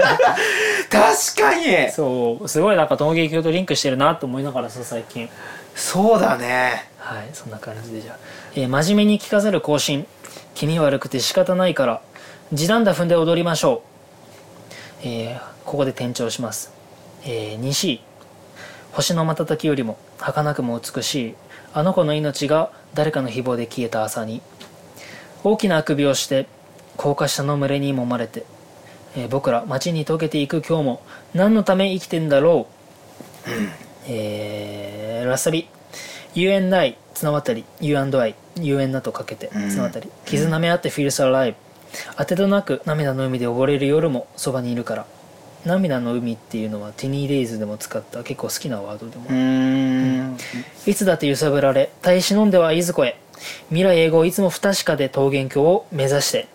[SPEAKER 2] 確かに
[SPEAKER 1] そうすごいなんか陶芸教とリンクしてるなと思いながらさ最近
[SPEAKER 2] そうだね
[SPEAKER 1] はいそんな感じでじゃあ、えー真面目に聞かせる更新気味悪くて仕方ないから時短だ踏んで踊りましょう、えーここで転調します、えー西井星の瞬きよりも儚くも美しいあの子の命が誰かの誹謗で消えた朝に大きなあくびをして高架下の群れに揉まれて、えー僕ら街に溶けていく今日も何のため生きてんだろう、えーラサビ UN ない綱渡り U&I UN なとかけて
[SPEAKER 2] うん
[SPEAKER 1] 綱渡り傷舐め合ってフィルスアライブ当てとなく涙の海で溺れる夜もそばにいるから涙の海っていうのはティニーレイズでも使った結構好きなワードでも
[SPEAKER 2] うーん
[SPEAKER 1] いつだって揺さぶられ耐え忍んではいずこへ未来永劫いつも不確かで桃源郷を目指して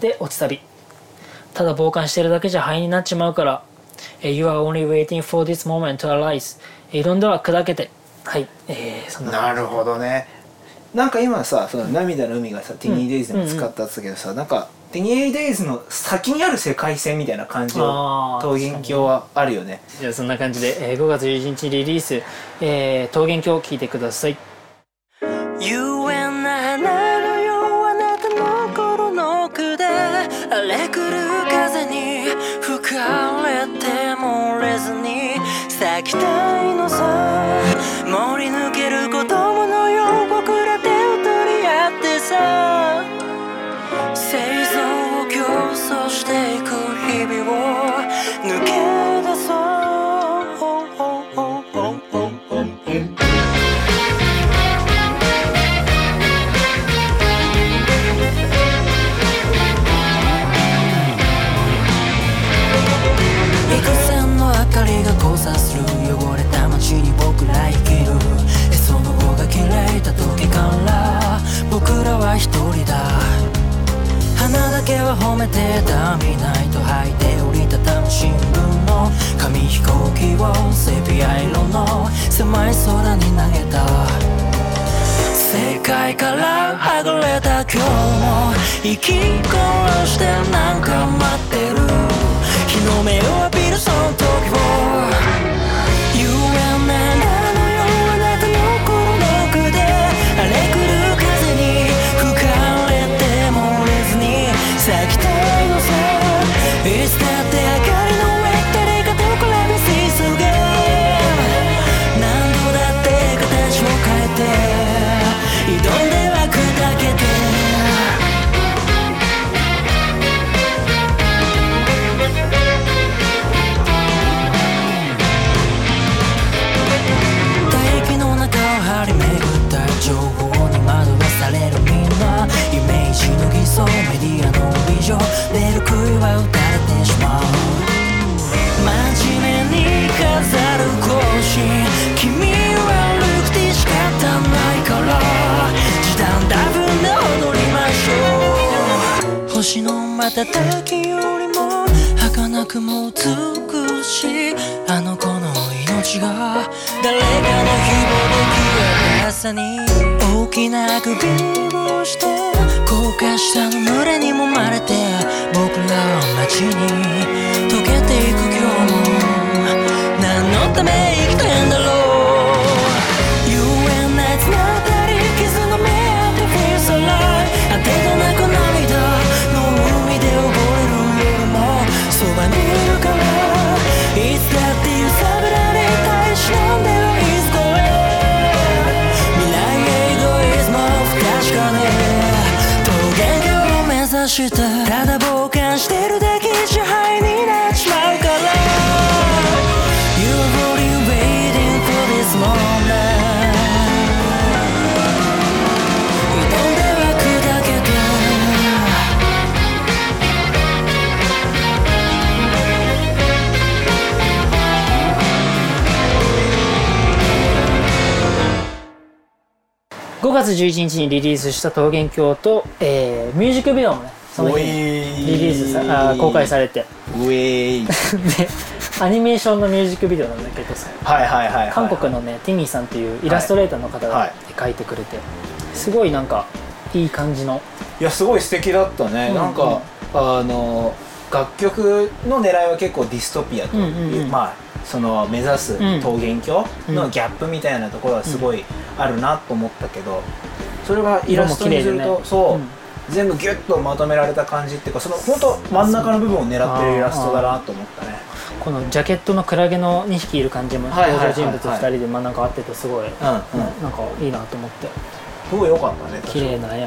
[SPEAKER 1] で落ちたびただ傍観してるだけじゃ灰になっちまうからえ You are only waiting for this moment to arise え挑んでは砕けてはいえー、そんな
[SPEAKER 2] なるほどねなんか今さその涙の海がさ、ティニーデイズでも使ったっつったけどさ、なんかティニーデイズの先にある世界線みたいな感じを
[SPEAKER 1] あー
[SPEAKER 2] 桃源郷はあるよね
[SPEAKER 1] じゃあそんな感じで、えー5月11日リリース「えー、桃源郷」を聴いてください
[SPEAKER 5] ゆえな花のようあなたの心の奥で荒れ狂う風に吹かれても折れずに咲きたいのさ盛り抜ける子供のよう僕らしていく日々を抜け出そう幾千の明かりが交差する汚れた街に僕ら生きるへその緒が切れた時から僕らは一人だ花だけは褒めてた見ないと吐いて折りたたむ新聞の紙飛行機をセピア色の狭い空に投げた世界からはぐれた今日も息殺してなんか待ってる日の目を浴びるその時をゆえならのようあなたの孤独で荒れ狂う風に吹かれてもれずに咲きたいのさいつだって明かりの上誰かと比べしすぎ何度だって形を変えて挑んでは砕けて唾液の中を張り巡った情報に惑わされるみんなイメージの偽装メディアの美女出る杭は打たれてしまう真面目に飾る更新君はルくて仕方ないから時短だ分で踊りましょう星の瞬きよりも儚くも美しいあの子の命が誰かの紐で消えた朝に大きな首をして高架下の群れにもまれて僕らは街に溶けていく今日も何のため生きてんだろう遊園なつながり傷の目当て feels alive 当てとなく涙の海で溺れる夜もそばにいるからいつだって揺さぶられたい忍んではいつこへ未来へ移動いつも不確かね桃源郷を目指してただ傍観してるだけ支配になっちまうから You're only waiting for this moment 挑んでは砕けて
[SPEAKER 1] 5月11日にリリースした桃源郷と、えーミュージックビデオもねその日にリリースさ、あー公開されて
[SPEAKER 2] ウェーイ
[SPEAKER 1] でアニメーションのミュージックビデオなんだけどさ
[SPEAKER 2] はいはいはい、はい、
[SPEAKER 1] 韓国のねティミーさんっていうイラストレーターの方
[SPEAKER 2] は
[SPEAKER 1] が
[SPEAKER 2] い
[SPEAKER 1] 描いてくれてすごいなんかいい感じの
[SPEAKER 2] いやすごい素敵だったね、
[SPEAKER 1] うん
[SPEAKER 2] なんかあの楽曲の狙いは結構ディストピアという,、
[SPEAKER 1] うんうんうん
[SPEAKER 2] まあその目指す
[SPEAKER 1] ん
[SPEAKER 2] 桃源郷
[SPEAKER 1] う
[SPEAKER 2] の
[SPEAKER 1] ん
[SPEAKER 2] ギャップみたいなところはすごいあるなと思ったけどそれがイラストにす
[SPEAKER 1] 色
[SPEAKER 2] る
[SPEAKER 1] も綺麗
[SPEAKER 2] と、
[SPEAKER 1] でね
[SPEAKER 2] そう、
[SPEAKER 1] うん
[SPEAKER 2] 全部ギュッとまとめられた感じっていうかその本当真ん中の部分を狙ってるイラストだなと思ったね
[SPEAKER 1] このジャケットのクラゲの2匹いる感じも
[SPEAKER 2] はい
[SPEAKER 1] 登
[SPEAKER 2] はいはいは
[SPEAKER 1] 場
[SPEAKER 2] い
[SPEAKER 1] 人物2人でまあなんか合っててすごい、
[SPEAKER 2] うんうん
[SPEAKER 1] なんかいいなと思って
[SPEAKER 2] すごい良かったね
[SPEAKER 1] 綺麗なね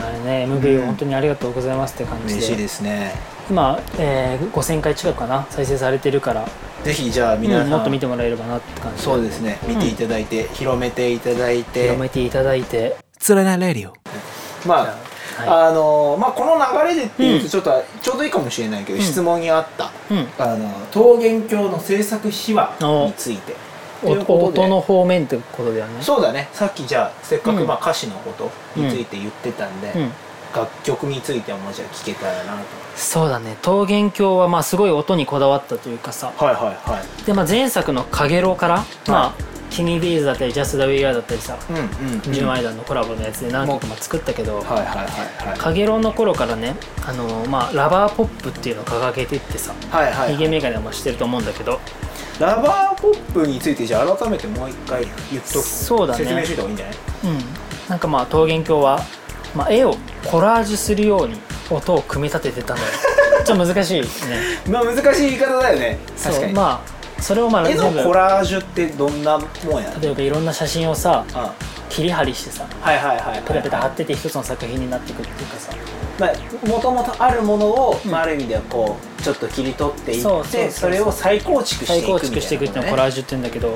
[SPEAKER 1] MV
[SPEAKER 2] うん
[SPEAKER 1] を本当にありがとうございますって感じ
[SPEAKER 2] 嬉
[SPEAKER 1] で,、
[SPEAKER 2] しいですね
[SPEAKER 1] 今、えー5000回近くかな再生されてるから、
[SPEAKER 2] ぜひじゃあ皆
[SPEAKER 1] う
[SPEAKER 2] さ、
[SPEAKER 1] んんもっと見てもらえればなって感じで
[SPEAKER 2] そうですね見ていただいて、広めていただいて
[SPEAKER 1] 広めていただいて
[SPEAKER 3] つれないレディオ
[SPEAKER 2] まあ
[SPEAKER 1] は
[SPEAKER 2] あのまあ、この流れでっていう
[SPEAKER 1] うん
[SPEAKER 2] とちょっと、ちょうどいいかもしれないけど、
[SPEAKER 1] うん
[SPEAKER 2] 質問にあった
[SPEAKER 1] い、うん
[SPEAKER 2] あの桃源郷の制作秘話についてという
[SPEAKER 1] お
[SPEAKER 2] こと
[SPEAKER 1] 音
[SPEAKER 2] で
[SPEAKER 1] の方面ってことだよね
[SPEAKER 2] そうだねさっきじゃあせっか
[SPEAKER 1] う
[SPEAKER 2] く
[SPEAKER 1] ん
[SPEAKER 2] まあ歌詞のことについて言ってたんで、
[SPEAKER 1] うん、
[SPEAKER 2] 楽曲についてもじゃあ聞けたらなと
[SPEAKER 1] そうだね桃源郷はまあすごい音にこだわったというかさ
[SPEAKER 2] はいはいはい
[SPEAKER 1] で、まあ、前作の「かげろう」から、まあキニビーズだったり「ジャスダウィーアーだったりさ、
[SPEAKER 2] うんうん
[SPEAKER 1] 純
[SPEAKER 2] はい
[SPEAKER 1] 愛団のコラボのやつで何曲も作ったけど、
[SPEAKER 2] はいはいはい
[SPEAKER 1] かげろうの頃からねあの、まあ、ラバーポップっていうのを掲げてってさ
[SPEAKER 2] はいはい
[SPEAKER 1] ヒゲメガネもしてると思うんだけど
[SPEAKER 2] ラバーポップについてじゃあ改めてもう一回言っとく
[SPEAKER 1] そうだね
[SPEAKER 2] 説明しておいた方がいいんじゃない
[SPEAKER 1] うん、なんかまあ桃源郷は、まあ、絵をコラージュするように音を組み立ててた のよちょっと難しいね
[SPEAKER 2] まあ難しい言い方だよね
[SPEAKER 1] そう
[SPEAKER 2] 確かに、
[SPEAKER 1] まあそれをまあ
[SPEAKER 2] 絵
[SPEAKER 1] 全
[SPEAKER 2] の
[SPEAKER 1] 部
[SPEAKER 2] コラージュってどんなもんや
[SPEAKER 1] 例えばいろんな写真をさ
[SPEAKER 2] うんはい
[SPEAKER 1] 切り張りしてさ
[SPEAKER 2] はいはいはい
[SPEAKER 1] ペタペタ貼ってて一つの作品になってくっていうかさ
[SPEAKER 2] まあ、もともとあるものを、まあ、ある意味ではこうちょっと切り取っていって
[SPEAKER 1] そう
[SPEAKER 2] そ
[SPEAKER 1] そうそう
[SPEAKER 2] れを再構築してい
[SPEAKER 1] 再
[SPEAKER 2] くみたいな、
[SPEAKER 1] 構
[SPEAKER 2] ね、
[SPEAKER 1] 築していくっていうのをコラージュって言うんだけど、
[SPEAKER 2] うん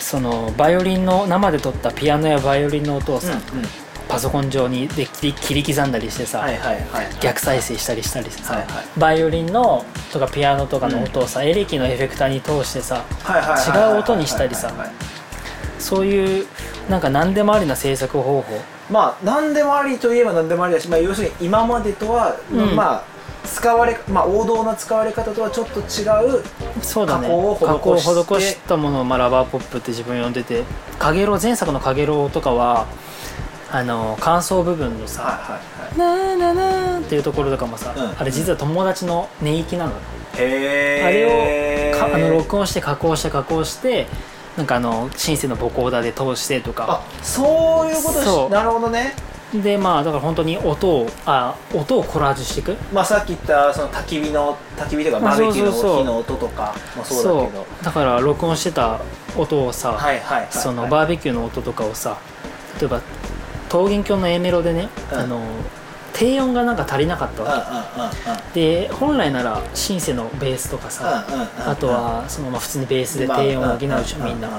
[SPEAKER 1] そのバイオリンの生で撮ったピアノやバイオリンの音をさ、
[SPEAKER 2] うんうん
[SPEAKER 1] パソコン上にで切り切り刻んだりしてさ、
[SPEAKER 2] はいはいはい
[SPEAKER 1] 逆再生したりしたりしてさ、
[SPEAKER 2] はいはい
[SPEAKER 1] バイオリンのとかピアノとかの音をさ、エレキのエフェクターに通してさ
[SPEAKER 2] はいはいはいはい
[SPEAKER 1] 違う音にしたりさ
[SPEAKER 2] はいはいはい
[SPEAKER 1] そういうなんか何でもありな制作方法
[SPEAKER 2] まあ何でもありといえば何でもありだし、まあ、要するに今までとは、
[SPEAKER 1] うん
[SPEAKER 2] まあ使われ、まあ、王道な使われ方とはちょっと違う
[SPEAKER 1] そうだね
[SPEAKER 2] 加工を施して
[SPEAKER 1] 加工を施したものを、まあ、ラバーポップって自分呼んでて「かげろう」前作の「かげろう」とかはあの感想部分のさ、
[SPEAKER 2] はい
[SPEAKER 1] なーなーなーっていうところとかもさ、
[SPEAKER 2] うん
[SPEAKER 1] あれ実は友達の寝息なの、
[SPEAKER 2] はいへ
[SPEAKER 1] あれ
[SPEAKER 2] え
[SPEAKER 1] をかあの録音して加工して加工してなんかあのシンセのボコーダーで通してとか
[SPEAKER 2] あそういうこと
[SPEAKER 1] そう
[SPEAKER 2] しなるほどね
[SPEAKER 1] でまあだから本当に音をあ音をコラージュしていく
[SPEAKER 2] まあさっき言ったその焚き火の焚き火とか
[SPEAKER 1] まあ
[SPEAKER 2] バーベキューの
[SPEAKER 1] そうそうそう
[SPEAKER 2] 火の音とかもそうだけど
[SPEAKER 1] そうだから録音してた音をさ、
[SPEAKER 2] はいはいはいはい
[SPEAKER 1] そのバーベキューの音とかをさ例えば桃源郷の A メロでね、
[SPEAKER 2] うん
[SPEAKER 1] あの低音がなんか足りなかった
[SPEAKER 2] うんうんう
[SPEAKER 1] わ
[SPEAKER 2] ん
[SPEAKER 1] け、で本来ならシンセのベースとかさ、
[SPEAKER 2] うんうんうんうん
[SPEAKER 1] あとはそのまあ普通にベースで低音を補うじゃんみん
[SPEAKER 2] うん
[SPEAKER 1] な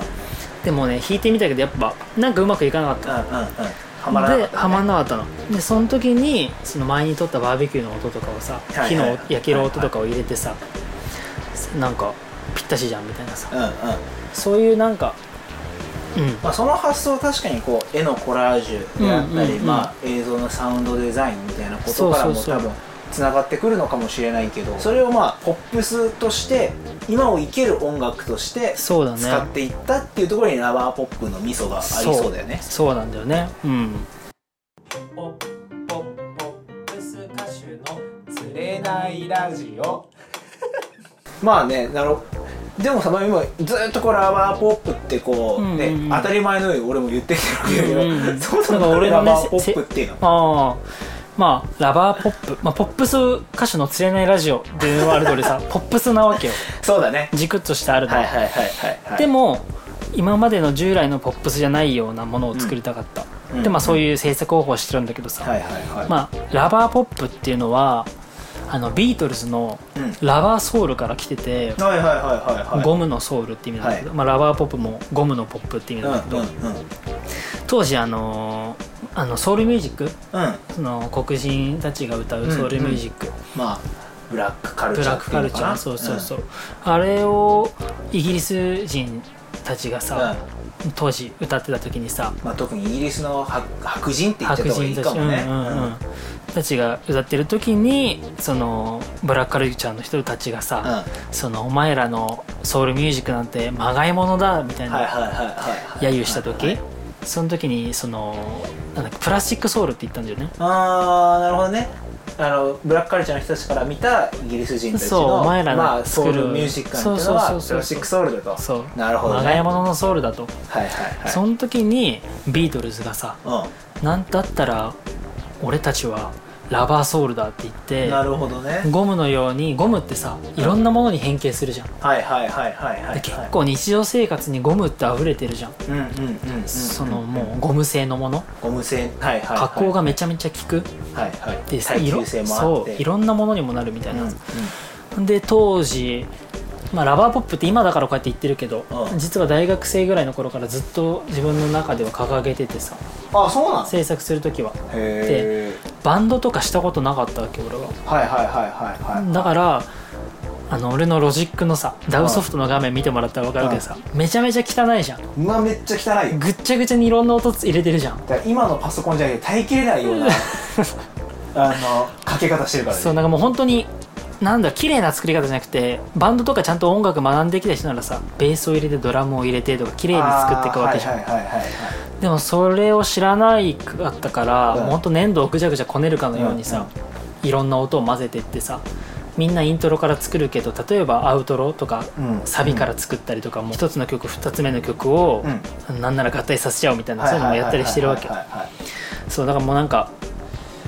[SPEAKER 1] でもね弾いてみたけどやっぱなんかうまくいかなかった
[SPEAKER 2] うんうんうんはまらなかっ
[SPEAKER 1] で
[SPEAKER 2] た
[SPEAKER 1] はまんなかったのでその時にその前に撮ったバーベキューの音とかをさ
[SPEAKER 2] はい
[SPEAKER 1] 火
[SPEAKER 2] はい
[SPEAKER 1] の焼ける音とかを入れてさなんかぴったしじゃんみたいなさ
[SPEAKER 2] うんうん
[SPEAKER 1] そういうなんかうん
[SPEAKER 2] まあ、その発想は確かにこう絵のコラージュであった
[SPEAKER 1] うん
[SPEAKER 2] り、
[SPEAKER 1] うんうん
[SPEAKER 2] まあ、映像のサウンドデザインみたいなことからも
[SPEAKER 1] そうそうそう
[SPEAKER 2] 多分つながってくるのかもしれないけどそれをまあポップスとして今を生ける音楽として
[SPEAKER 1] そうだね
[SPEAKER 2] 使っていったっていうところにラバーポップのミソがありそうだよね。
[SPEAKER 1] そうなんだよねうん
[SPEAKER 4] ポッポッポップス歌手の釣れないラジオ
[SPEAKER 2] まあねなるでもさ、まあ、今ずっとこうラバーポップってこう、
[SPEAKER 1] うんうん
[SPEAKER 2] ね
[SPEAKER 1] うん
[SPEAKER 2] 当たり前のように俺も言ってきてるわけだけど、
[SPEAKER 1] うんうん
[SPEAKER 2] そもそも
[SPEAKER 1] 俺
[SPEAKER 2] 俺
[SPEAKER 1] の
[SPEAKER 2] ラ
[SPEAKER 1] ね
[SPEAKER 2] バーポップっていうの
[SPEAKER 1] ああまあラバーポップ、まあ、ポップス歌手の釣れないラジオっていうのはある通り さポップスなわけよ
[SPEAKER 2] そうだね
[SPEAKER 1] 軸っとしてあるのは
[SPEAKER 2] はいはいはいはい、はい、
[SPEAKER 1] でも今までの従来のポップスじゃないようなものを作りたかった、
[SPEAKER 2] うん
[SPEAKER 1] でまあそう
[SPEAKER 2] い
[SPEAKER 1] いう制作方法をしてるんだけどさ、
[SPEAKER 2] はいはいはい、
[SPEAKER 1] まあ、ラバーポップっていうのはあのビートルズの
[SPEAKER 2] うん
[SPEAKER 1] ラバーソウルから来てて、
[SPEAKER 2] はいはいはいはいはい
[SPEAKER 1] ゴムのソウルって意味なんだけど、まあ、ラバーポップもゴムのポップって意味なんだけど、
[SPEAKER 2] うんうんうん
[SPEAKER 1] 当時あのーあのソウルミュージック
[SPEAKER 2] うん
[SPEAKER 1] その黒人たちが歌うソウルミュージック、
[SPEAKER 2] まあブラックカルチ
[SPEAKER 1] ブ
[SPEAKER 2] ャー
[SPEAKER 1] ラッ
[SPEAKER 2] っ
[SPEAKER 1] ク
[SPEAKER 2] てい
[SPEAKER 1] カ
[SPEAKER 2] う
[SPEAKER 1] ル
[SPEAKER 2] の
[SPEAKER 1] チ
[SPEAKER 2] か
[SPEAKER 1] ャ
[SPEAKER 2] な
[SPEAKER 1] ーそうそうそう、あれをイギリス人たちがさ、当時歌ってた時にさ、
[SPEAKER 2] うんまあ、特にイギリスの白白人って言っちゃ
[SPEAKER 1] 白
[SPEAKER 2] った方がい
[SPEAKER 1] 人
[SPEAKER 2] い
[SPEAKER 1] た
[SPEAKER 2] か
[SPEAKER 1] ち、
[SPEAKER 2] もね
[SPEAKER 1] うんうんうんたちが歌ってる時にそのブラックカルチャーの人たちが
[SPEAKER 2] うん
[SPEAKER 1] さ、
[SPEAKER 2] はい
[SPEAKER 1] そのお前らのソウルミュージックなんてまがいものだみたい
[SPEAKER 2] はいはい
[SPEAKER 1] な
[SPEAKER 2] はいはい
[SPEAKER 1] 揶揄した時、その時にそのなんだっけプラスチックソウルって言ったんだよね
[SPEAKER 2] ああなるほどねあのブラックカルチャーの人たちから見たイギリス人たち
[SPEAKER 1] そう
[SPEAKER 2] の
[SPEAKER 1] お前らの
[SPEAKER 2] まあ、ソ
[SPEAKER 1] 作
[SPEAKER 2] ウ
[SPEAKER 1] る
[SPEAKER 2] ルミュージックなんていうのは
[SPEAKER 1] そうそうそうそう
[SPEAKER 2] プラスチックソウルだと
[SPEAKER 1] そう
[SPEAKER 2] なるほどね
[SPEAKER 1] まがいもののソウルだと、
[SPEAKER 2] はいはいはい
[SPEAKER 1] その時にビートルズがさなんだったら俺たちはラバーソウルだって言っ
[SPEAKER 2] う
[SPEAKER 1] て
[SPEAKER 2] ん、なるほどね
[SPEAKER 1] ゴムのようにゴムってさいろんなものに変形するじゃん
[SPEAKER 2] はいはいはいはいはい
[SPEAKER 1] で結構日常生活にゴムって溢れてるじゃん、
[SPEAKER 2] うんうんうんうん
[SPEAKER 1] そのもうゴム製のもの
[SPEAKER 2] ゴム製はいはいはい
[SPEAKER 1] 加工がめちゃめちゃ効く
[SPEAKER 2] はいはい
[SPEAKER 1] でさ
[SPEAKER 2] 耐
[SPEAKER 1] 色
[SPEAKER 2] 久性もあっ
[SPEAKER 1] そ
[SPEAKER 2] て
[SPEAKER 1] ういろんなものにもなるみたい
[SPEAKER 2] うんう、
[SPEAKER 1] なんで当時まあラバーポップって今だからこうやって言ってるけど、
[SPEAKER 2] うん
[SPEAKER 1] 実は大学生ぐらいの頃からずっと自分の中では掲げててさ
[SPEAKER 2] あそうなの
[SPEAKER 1] 制作する時は
[SPEAKER 2] へえ
[SPEAKER 1] バンドとかしたことなかったわけ俺は
[SPEAKER 2] はいはいはいはいはい
[SPEAKER 1] だからあの俺のロジックのさ DAW ソフトの画面見てもらったら分かるけどさ、めちゃめちゃ汚いじゃん
[SPEAKER 2] うわめっちゃ汚いよ
[SPEAKER 1] ぐっちゃぐちゃにいろんな音入れてるじゃん
[SPEAKER 2] だから今のパソコンじゃなくて耐えきれない ようなあのかけ方してるからね
[SPEAKER 1] そうなんかもう本当になんだ綺麗な作り方じゃなくてバンドとかちゃんと音楽学んできた人ならさベースを入れてドラムを入れてとか綺麗に作っていくわけじゃん、
[SPEAKER 2] あーはいはいはいはい
[SPEAKER 1] でもそれを知らないかったから、
[SPEAKER 2] うん
[SPEAKER 1] もうほんと粘土をぐちゃぐちゃこねるかのようにさ、いろんな音を混ぜてってさみんなイントロから作るけど例えばアウトロとか、
[SPEAKER 2] うん
[SPEAKER 1] サビから作ったりとかも一つの曲二つ目の曲を、なんなら合体させちゃおうみたいなそういうのもやったりしてるわけ
[SPEAKER 2] はいはいはいはい
[SPEAKER 1] そうだからもうなんか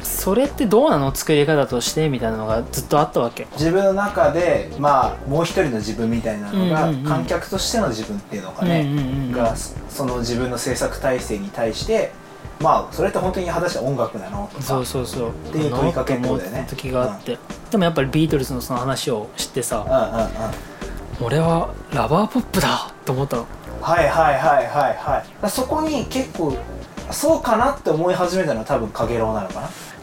[SPEAKER 1] それってどうなの作り方としてみたいなのがずっとあったわけ
[SPEAKER 2] 自分の中でまあもう一人の自分みたいなのが、
[SPEAKER 1] うんうんうん
[SPEAKER 2] 観客としての自分っていうのかね、
[SPEAKER 1] うんうんうん
[SPEAKER 2] がそその自分の制作体制に対してまあそれって本当に果たして音楽なのとか
[SPEAKER 1] そうそうそう
[SPEAKER 2] っていう問いかけってことだよね
[SPEAKER 1] 思った時があって、でもやっぱりビートルズのその話を知って
[SPEAKER 2] うん
[SPEAKER 1] さ
[SPEAKER 2] うんうんはい
[SPEAKER 1] 俺はラバーポップだと思ったの
[SPEAKER 2] はいはいはいはいだからそこに結構そうかなって思い始めたのは多分かげろうなのか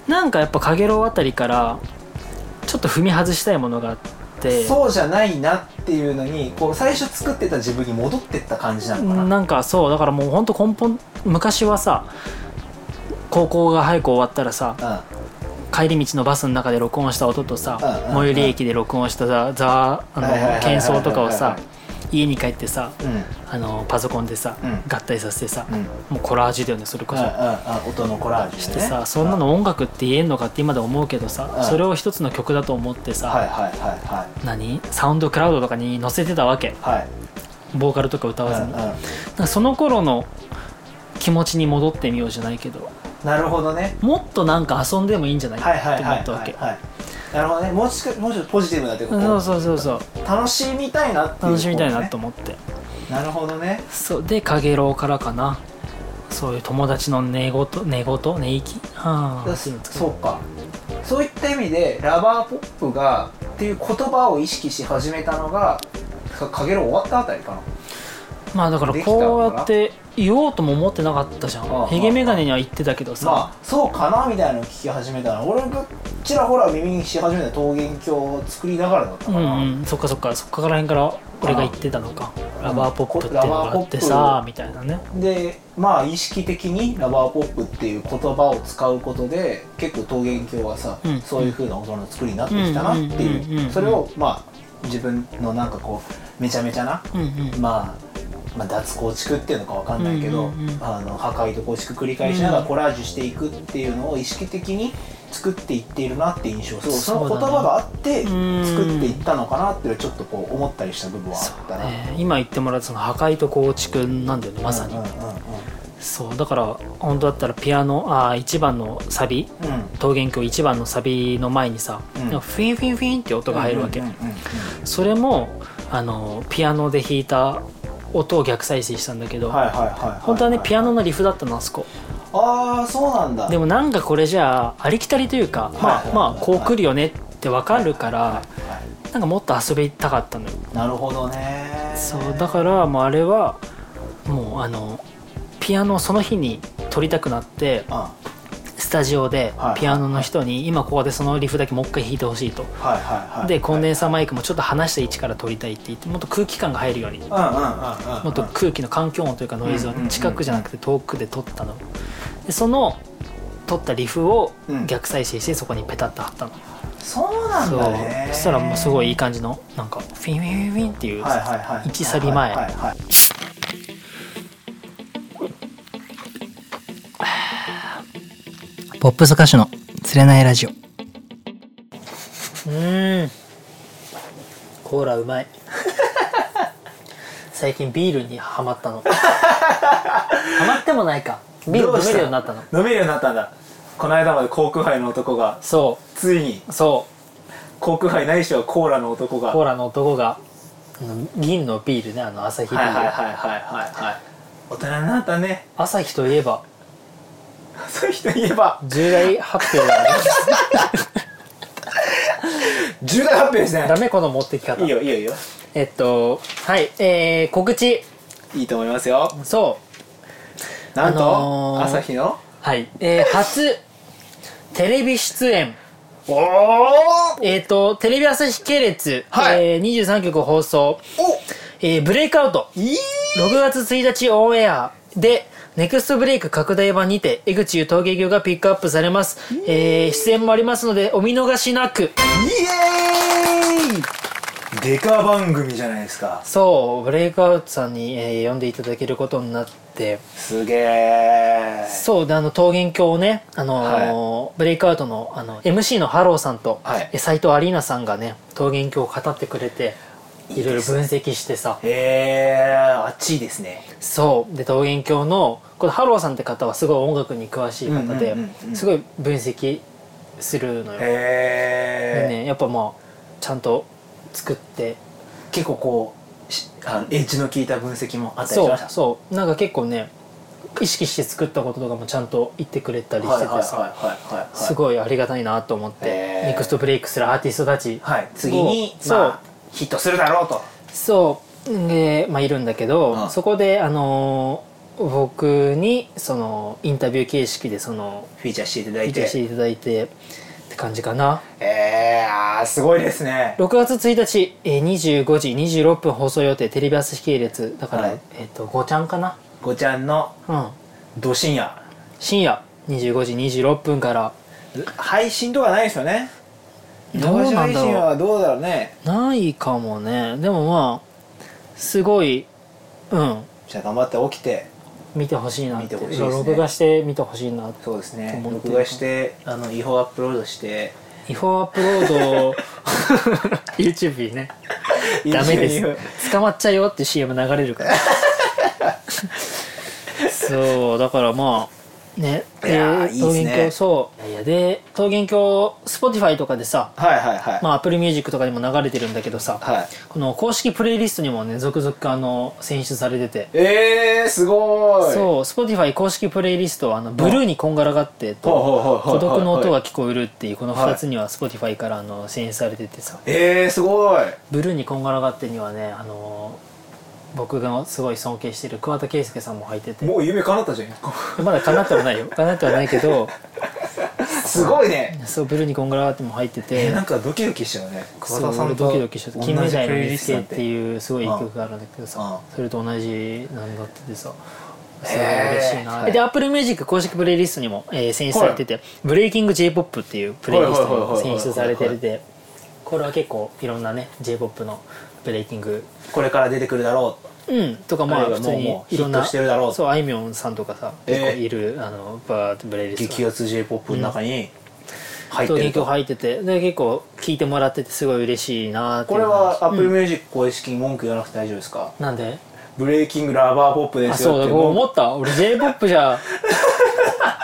[SPEAKER 2] な、
[SPEAKER 1] なんかやっぱかげろうあたりからちょっと踏み外したいものがあって
[SPEAKER 2] そうじゃないなっていうのにこう最初作ってた自分に戻ってった感じなのかな、
[SPEAKER 1] なんかそうだからもうほんと根本昔はさ高校が早く終わったらさ
[SPEAKER 2] うん
[SPEAKER 1] 帰り道のバスの中で録音した音とさ
[SPEAKER 2] うんうんうん
[SPEAKER 1] 最寄り駅で録音したザザあの
[SPEAKER 2] はいはいはいはいはい
[SPEAKER 1] 喧騒とかをさ家に帰ってさ
[SPEAKER 2] うんうん
[SPEAKER 1] あのパソコンでさ、
[SPEAKER 2] うん
[SPEAKER 1] 合体させてさ、
[SPEAKER 2] うん
[SPEAKER 1] もうコラージュだよねそれこそ、
[SPEAKER 2] うん音のコラージュ
[SPEAKER 1] し
[SPEAKER 2] ね
[SPEAKER 1] てさそんなの音楽って言えんのかって今で思うけどさ、
[SPEAKER 2] うん
[SPEAKER 1] それを一つの曲だと思ってさ、
[SPEAKER 2] はいはいはいはい
[SPEAKER 1] 何サウンドクラウドとかに載せてたわけ
[SPEAKER 2] はい
[SPEAKER 1] ボーカルとか歌わずに、
[SPEAKER 2] うん
[SPEAKER 1] だか
[SPEAKER 2] うん
[SPEAKER 1] らその頃の気持ちに戻ってみようじゃないけど
[SPEAKER 2] なるほどね
[SPEAKER 1] もっとなんか遊んでもいいんじゃない
[SPEAKER 2] はいはい
[SPEAKER 1] って思
[SPEAKER 2] はい
[SPEAKER 1] ったわ
[SPEAKER 2] はい
[SPEAKER 1] け、
[SPEAKER 2] はいなるほどねもうちょっともうちょっとポジティブなってこ
[SPEAKER 1] そう
[SPEAKER 2] と
[SPEAKER 1] そうそうそう
[SPEAKER 2] 楽しみたいなっていうことね
[SPEAKER 1] 楽しみたいなと思って、
[SPEAKER 2] なるほどね
[SPEAKER 1] そうでかげろうからかなそういう友達の寝言寝言寝息あ
[SPEAKER 2] だ
[SPEAKER 1] あ
[SPEAKER 2] しそうかそういった意味でラバーポップがっていう言葉を意識し始めたのがかかげろう終わったあたりかな
[SPEAKER 1] まあだから
[SPEAKER 2] できたのかな
[SPEAKER 1] こうやって言おうとも思ってなかったじゃ
[SPEAKER 2] ああ
[SPEAKER 1] んヘゲメガネには言ってたけどさ
[SPEAKER 2] まあそうかなみたいなのを聞き始めたの俺がちらほら耳にし始めた桃源郷を作りながらだったか
[SPEAKER 1] う
[SPEAKER 2] な、
[SPEAKER 1] んうんそっかそっかそっから辺から俺が言ってたのか
[SPEAKER 2] あ
[SPEAKER 1] ラバーポップっていうのがあって
[SPEAKER 2] ラバーポッ
[SPEAKER 1] さ
[SPEAKER 2] プ
[SPEAKER 1] みたいなね
[SPEAKER 2] でまあ意識的にラバーポップっていう言葉を使うことで結構桃源郷はさ、
[SPEAKER 1] うん
[SPEAKER 2] そういう風な大人の作りになってきたなって
[SPEAKER 1] うんうんうん
[SPEAKER 2] い
[SPEAKER 1] うん
[SPEAKER 2] うそれをまあ自分のなんかこうめちゃめちゃな、
[SPEAKER 1] うんうん
[SPEAKER 2] まあ、まあ脱構築っていうのかわかんないけど、
[SPEAKER 1] うんうんうん
[SPEAKER 2] あの破壊と構築繰り返しながらコラージュしていくっていうのを意識的に作っていっているなって印象そうその
[SPEAKER 1] そ
[SPEAKER 2] 言
[SPEAKER 1] うだね
[SPEAKER 2] 葉があって
[SPEAKER 1] うん
[SPEAKER 2] 作っていったのかなっていうのはちょっとこう思ったりした部分は
[SPEAKER 1] そ
[SPEAKER 2] あっ
[SPEAKER 1] う
[SPEAKER 2] たな。
[SPEAKER 1] ね今言ってもらったその破壊と構築なんだよねまさに
[SPEAKER 2] うんうんうん
[SPEAKER 1] そうだから本当だったらピアノあ1番のサビ
[SPEAKER 2] うんうん
[SPEAKER 1] 桃源郷1番のサビの前にさ
[SPEAKER 2] うん
[SPEAKER 1] なんかフィンフィンフィンって音が入るわけ
[SPEAKER 2] うんうんうんうん
[SPEAKER 1] それもあのピアノで弾いた音を逆再生したんだけど
[SPEAKER 2] はいはいはいはい
[SPEAKER 1] 本当はねピアノのリフだったのあそこ
[SPEAKER 2] ああそうなんだ
[SPEAKER 1] でもなんかこれじゃあありきたりというかま
[SPEAKER 2] はい
[SPEAKER 1] あまあこう来るよねってわかるから
[SPEAKER 2] はい
[SPEAKER 1] なんかもっと遊びたかったのよ
[SPEAKER 2] なるほどね
[SPEAKER 1] そうだからもうあれはもうあのピアノをその日に撮りたくなって
[SPEAKER 2] らは
[SPEAKER 1] スタジオで
[SPEAKER 2] はい
[SPEAKER 1] ピアノの人に今ここでそのリフだけもう一回弾いてほしいと
[SPEAKER 2] いはいはい
[SPEAKER 1] でコンデンサーマイクもちょっと離した位置から撮りたいって言ってもっと空気感が入るように
[SPEAKER 2] うんうんうんうん
[SPEAKER 1] もっと空気の環境音というかノイズを
[SPEAKER 2] うんうんうん
[SPEAKER 1] 近くじゃなくて遠くで撮ったのでその撮ったリフを
[SPEAKER 2] うん
[SPEAKER 1] 逆再生してそこにペタッと貼ったの、
[SPEAKER 2] そうなん
[SPEAKER 1] そう
[SPEAKER 2] だね
[SPEAKER 1] そしたらもうすごいいい感じのなんかフィンフィンフィンっていう
[SPEAKER 2] はいはいはい
[SPEAKER 1] 一サビ前
[SPEAKER 2] はいはいはい
[SPEAKER 5] ポップス歌手の釣れないラジオ
[SPEAKER 1] うんコーラうま い最近ビールにハマったのハマってもないかビール飲めるようになったの
[SPEAKER 2] どうした飲めるようになったんだこの間まで航空杯の男が
[SPEAKER 1] そ
[SPEAKER 2] ついに
[SPEAKER 1] うそう
[SPEAKER 2] 航空杯ないしはコーラの男が
[SPEAKER 1] コー
[SPEAKER 2] はい
[SPEAKER 1] ラの男があの銀のビールねあの朝日ビー
[SPEAKER 2] はい
[SPEAKER 1] ル、
[SPEAKER 2] はいはいはいはい大人になったね
[SPEAKER 1] 朝日といえば
[SPEAKER 2] そういう人言えば
[SPEAKER 1] 重大発表だね
[SPEAKER 2] 重大発表ですね
[SPEAKER 1] ダメこの持ってき方
[SPEAKER 2] いいよいいよいいよ
[SPEAKER 1] えっとはいえー、告知
[SPEAKER 2] いいと思いますよ
[SPEAKER 1] そう
[SPEAKER 2] なん
[SPEAKER 1] あの
[SPEAKER 2] と
[SPEAKER 1] ー
[SPEAKER 2] 朝日の
[SPEAKER 1] はいえー、初テレビ出演
[SPEAKER 2] おお
[SPEAKER 1] えっ、とテレビ朝日系列、
[SPEAKER 2] はい
[SPEAKER 1] えー、23局放送、
[SPEAKER 2] お
[SPEAKER 1] えー、ブレイクアウト
[SPEAKER 2] いい
[SPEAKER 1] 6月1日オンエアでネクストブレイク拡大版にて江口優陶芸業がピックアップされます、えー、出演もありますのでお見逃しなく
[SPEAKER 2] イエーイデカ番組じゃないですか
[SPEAKER 1] そうブレイクアウトさんに、えー、呼んでいただけることになって
[SPEAKER 2] すげえ
[SPEAKER 1] そうであの桃源郷をね、あのーブレイクアウトのあの MC のハローさんと
[SPEAKER 2] はい
[SPEAKER 1] え斎、藤アリーナさんがね桃源郷を語ってくれていろいろ分析してさ
[SPEAKER 2] へえー、あっちいですね
[SPEAKER 1] そうで桃源郷のこのハローさんって方はすごい音楽に詳しい方で、
[SPEAKER 2] うんうんうんうん
[SPEAKER 1] すごい分析するのよ。で
[SPEAKER 2] へえー
[SPEAKER 1] ねやっぱまあちゃんと作って
[SPEAKER 2] 結構こうしあのエッジの効いた分析もあったりし
[SPEAKER 1] そ
[SPEAKER 2] ま
[SPEAKER 1] う
[SPEAKER 2] した
[SPEAKER 1] そうなんか結構ね意識して作ったこととかもちゃんと言ってくれたり
[SPEAKER 2] はい
[SPEAKER 1] し
[SPEAKER 2] はい
[SPEAKER 1] て
[SPEAKER 2] はい
[SPEAKER 1] て
[SPEAKER 2] はい
[SPEAKER 1] さ
[SPEAKER 2] はいはい
[SPEAKER 1] すごいありがたいなと思っ
[SPEAKER 2] へ
[SPEAKER 1] て
[SPEAKER 2] ー
[SPEAKER 1] ネクストブレイクするアーティストたち
[SPEAKER 2] はい次に
[SPEAKER 1] そう
[SPEAKER 2] まあヒットするだろうと
[SPEAKER 1] そうで、まあ、いるんだけど、
[SPEAKER 2] うん
[SPEAKER 1] そこであのー僕にそのインタビュー形式でその
[SPEAKER 2] フィーチャーしていただ
[SPEAKER 1] 聞
[SPEAKER 2] い
[SPEAKER 1] いて
[SPEAKER 2] て
[SPEAKER 1] いただいてって感じかな
[SPEAKER 2] えー、あーすごいですね
[SPEAKER 1] 6月1日、えー、25時26分放送予定テレビ朝日系列だから、
[SPEAKER 2] はい
[SPEAKER 1] えっ、と5ちゃんかな
[SPEAKER 2] ごちゃんの
[SPEAKER 1] うん
[SPEAKER 2] ど深夜
[SPEAKER 1] 深夜25時26分から
[SPEAKER 2] 配信とかないですよね
[SPEAKER 1] どうなん
[SPEAKER 2] 配
[SPEAKER 1] だ
[SPEAKER 2] 信
[SPEAKER 1] ろ
[SPEAKER 2] はどうだろうね
[SPEAKER 1] うないかもねでもまあすごいうん
[SPEAKER 2] じゃあ頑張って起きて
[SPEAKER 1] 見てほしいなって
[SPEAKER 2] 見てほしいですね
[SPEAKER 1] 録画して見てほしいなって
[SPEAKER 2] そうですね
[SPEAKER 1] 思ってる
[SPEAKER 2] 録画してあの違法アップロードして
[SPEAKER 1] 違法アップロードを YouTube にねダメで
[SPEAKER 2] YouTube
[SPEAKER 1] す捕まっちゃうよって CM 流れるからそうだからまあね
[SPEAKER 2] いやーいいっ
[SPEAKER 1] 桃
[SPEAKER 2] すね
[SPEAKER 1] 源郷そういやいやで桃源郷 Spotify とかでさ
[SPEAKER 2] はいはいはい、
[SPEAKER 1] まあ Apple Music とかにも流れてるんだけどさ
[SPEAKER 2] はい
[SPEAKER 1] この公式プレイリストにもね続々あの選出されてて
[SPEAKER 2] えー、すごい
[SPEAKER 1] そう Spotify 公式プレイリストはあのブルーにこんがらがって
[SPEAKER 2] ほうほうほう
[SPEAKER 1] と
[SPEAKER 2] ほう
[SPEAKER 1] 孤独の音
[SPEAKER 2] は
[SPEAKER 1] が
[SPEAKER 2] い
[SPEAKER 1] 聞こえるっていうこの2つには Spotify からあの選出されててさ
[SPEAKER 2] えー、すごい
[SPEAKER 1] ブルーにこんがらがってにはね、あのー僕がすごい尊敬してる桑田佳祐さんも入ってて
[SPEAKER 2] もう夢叶ったじゃん
[SPEAKER 1] まだ叶ってはないよ叶ってはないけど
[SPEAKER 2] すごいね
[SPEAKER 1] そうブルーにこんがらがっても入って
[SPEAKER 2] え
[SPEAKER 1] て
[SPEAKER 2] なんかドキドキしたよね桑
[SPEAKER 1] そう
[SPEAKER 2] 田さん
[SPEAKER 1] 俺
[SPEAKER 2] と
[SPEAKER 1] ドキドキしてた金
[SPEAKER 2] 同
[SPEAKER 1] 目
[SPEAKER 2] じ
[SPEAKER 1] 鯛
[SPEAKER 2] プ
[SPEAKER 1] の
[SPEAKER 2] レイリ
[SPEAKER 1] 見
[SPEAKER 2] ス
[SPEAKER 1] つ
[SPEAKER 2] ト
[SPEAKER 1] け
[SPEAKER 2] な
[SPEAKER 1] っ
[SPEAKER 2] んて
[SPEAKER 1] ていうすごい一曲があるんだけど
[SPEAKER 2] うんうん
[SPEAKER 1] さそれと同じなんだっててさすごい
[SPEAKER 2] へー
[SPEAKER 1] 嬉しいな
[SPEAKER 2] はい
[SPEAKER 1] で Apple Music 公式プレイリストにも、えー選出されてて「ブレイキング j p o p っていうプレイリストにも選出されて
[SPEAKER 2] はいはいはいはい
[SPEAKER 1] てこれは結構いろんなね j p o p のブレイキング
[SPEAKER 2] これから出てくるだろう
[SPEAKER 1] うん、とかま
[SPEAKER 2] あ
[SPEAKER 1] あ
[SPEAKER 2] るいは
[SPEAKER 1] 普通に
[SPEAKER 2] もう
[SPEAKER 1] いろんな
[SPEAKER 2] ヒットしてるだろうと
[SPEAKER 1] そうあいみょんさんとかさ、
[SPEAKER 2] えー
[SPEAKER 1] 結構いるあのバーッとブレイリス
[SPEAKER 2] 激
[SPEAKER 1] ト
[SPEAKER 2] アツ j p o p の中に入って
[SPEAKER 1] と
[SPEAKER 2] る
[SPEAKER 1] 結
[SPEAKER 2] と、
[SPEAKER 1] 構入っててで結構聞いてもらっててすごい嬉しいなってい
[SPEAKER 2] こ
[SPEAKER 1] う
[SPEAKER 2] れは
[SPEAKER 1] 話
[SPEAKER 2] Apple Music 公式に文句言わなくて大丈夫ですか、
[SPEAKER 1] なんで
[SPEAKER 2] ブレイキングラバーポップで
[SPEAKER 1] あ
[SPEAKER 2] すよ
[SPEAKER 1] そう
[SPEAKER 2] っ
[SPEAKER 1] だ
[SPEAKER 2] て
[SPEAKER 1] こう思った俺 j p o p じ ゃ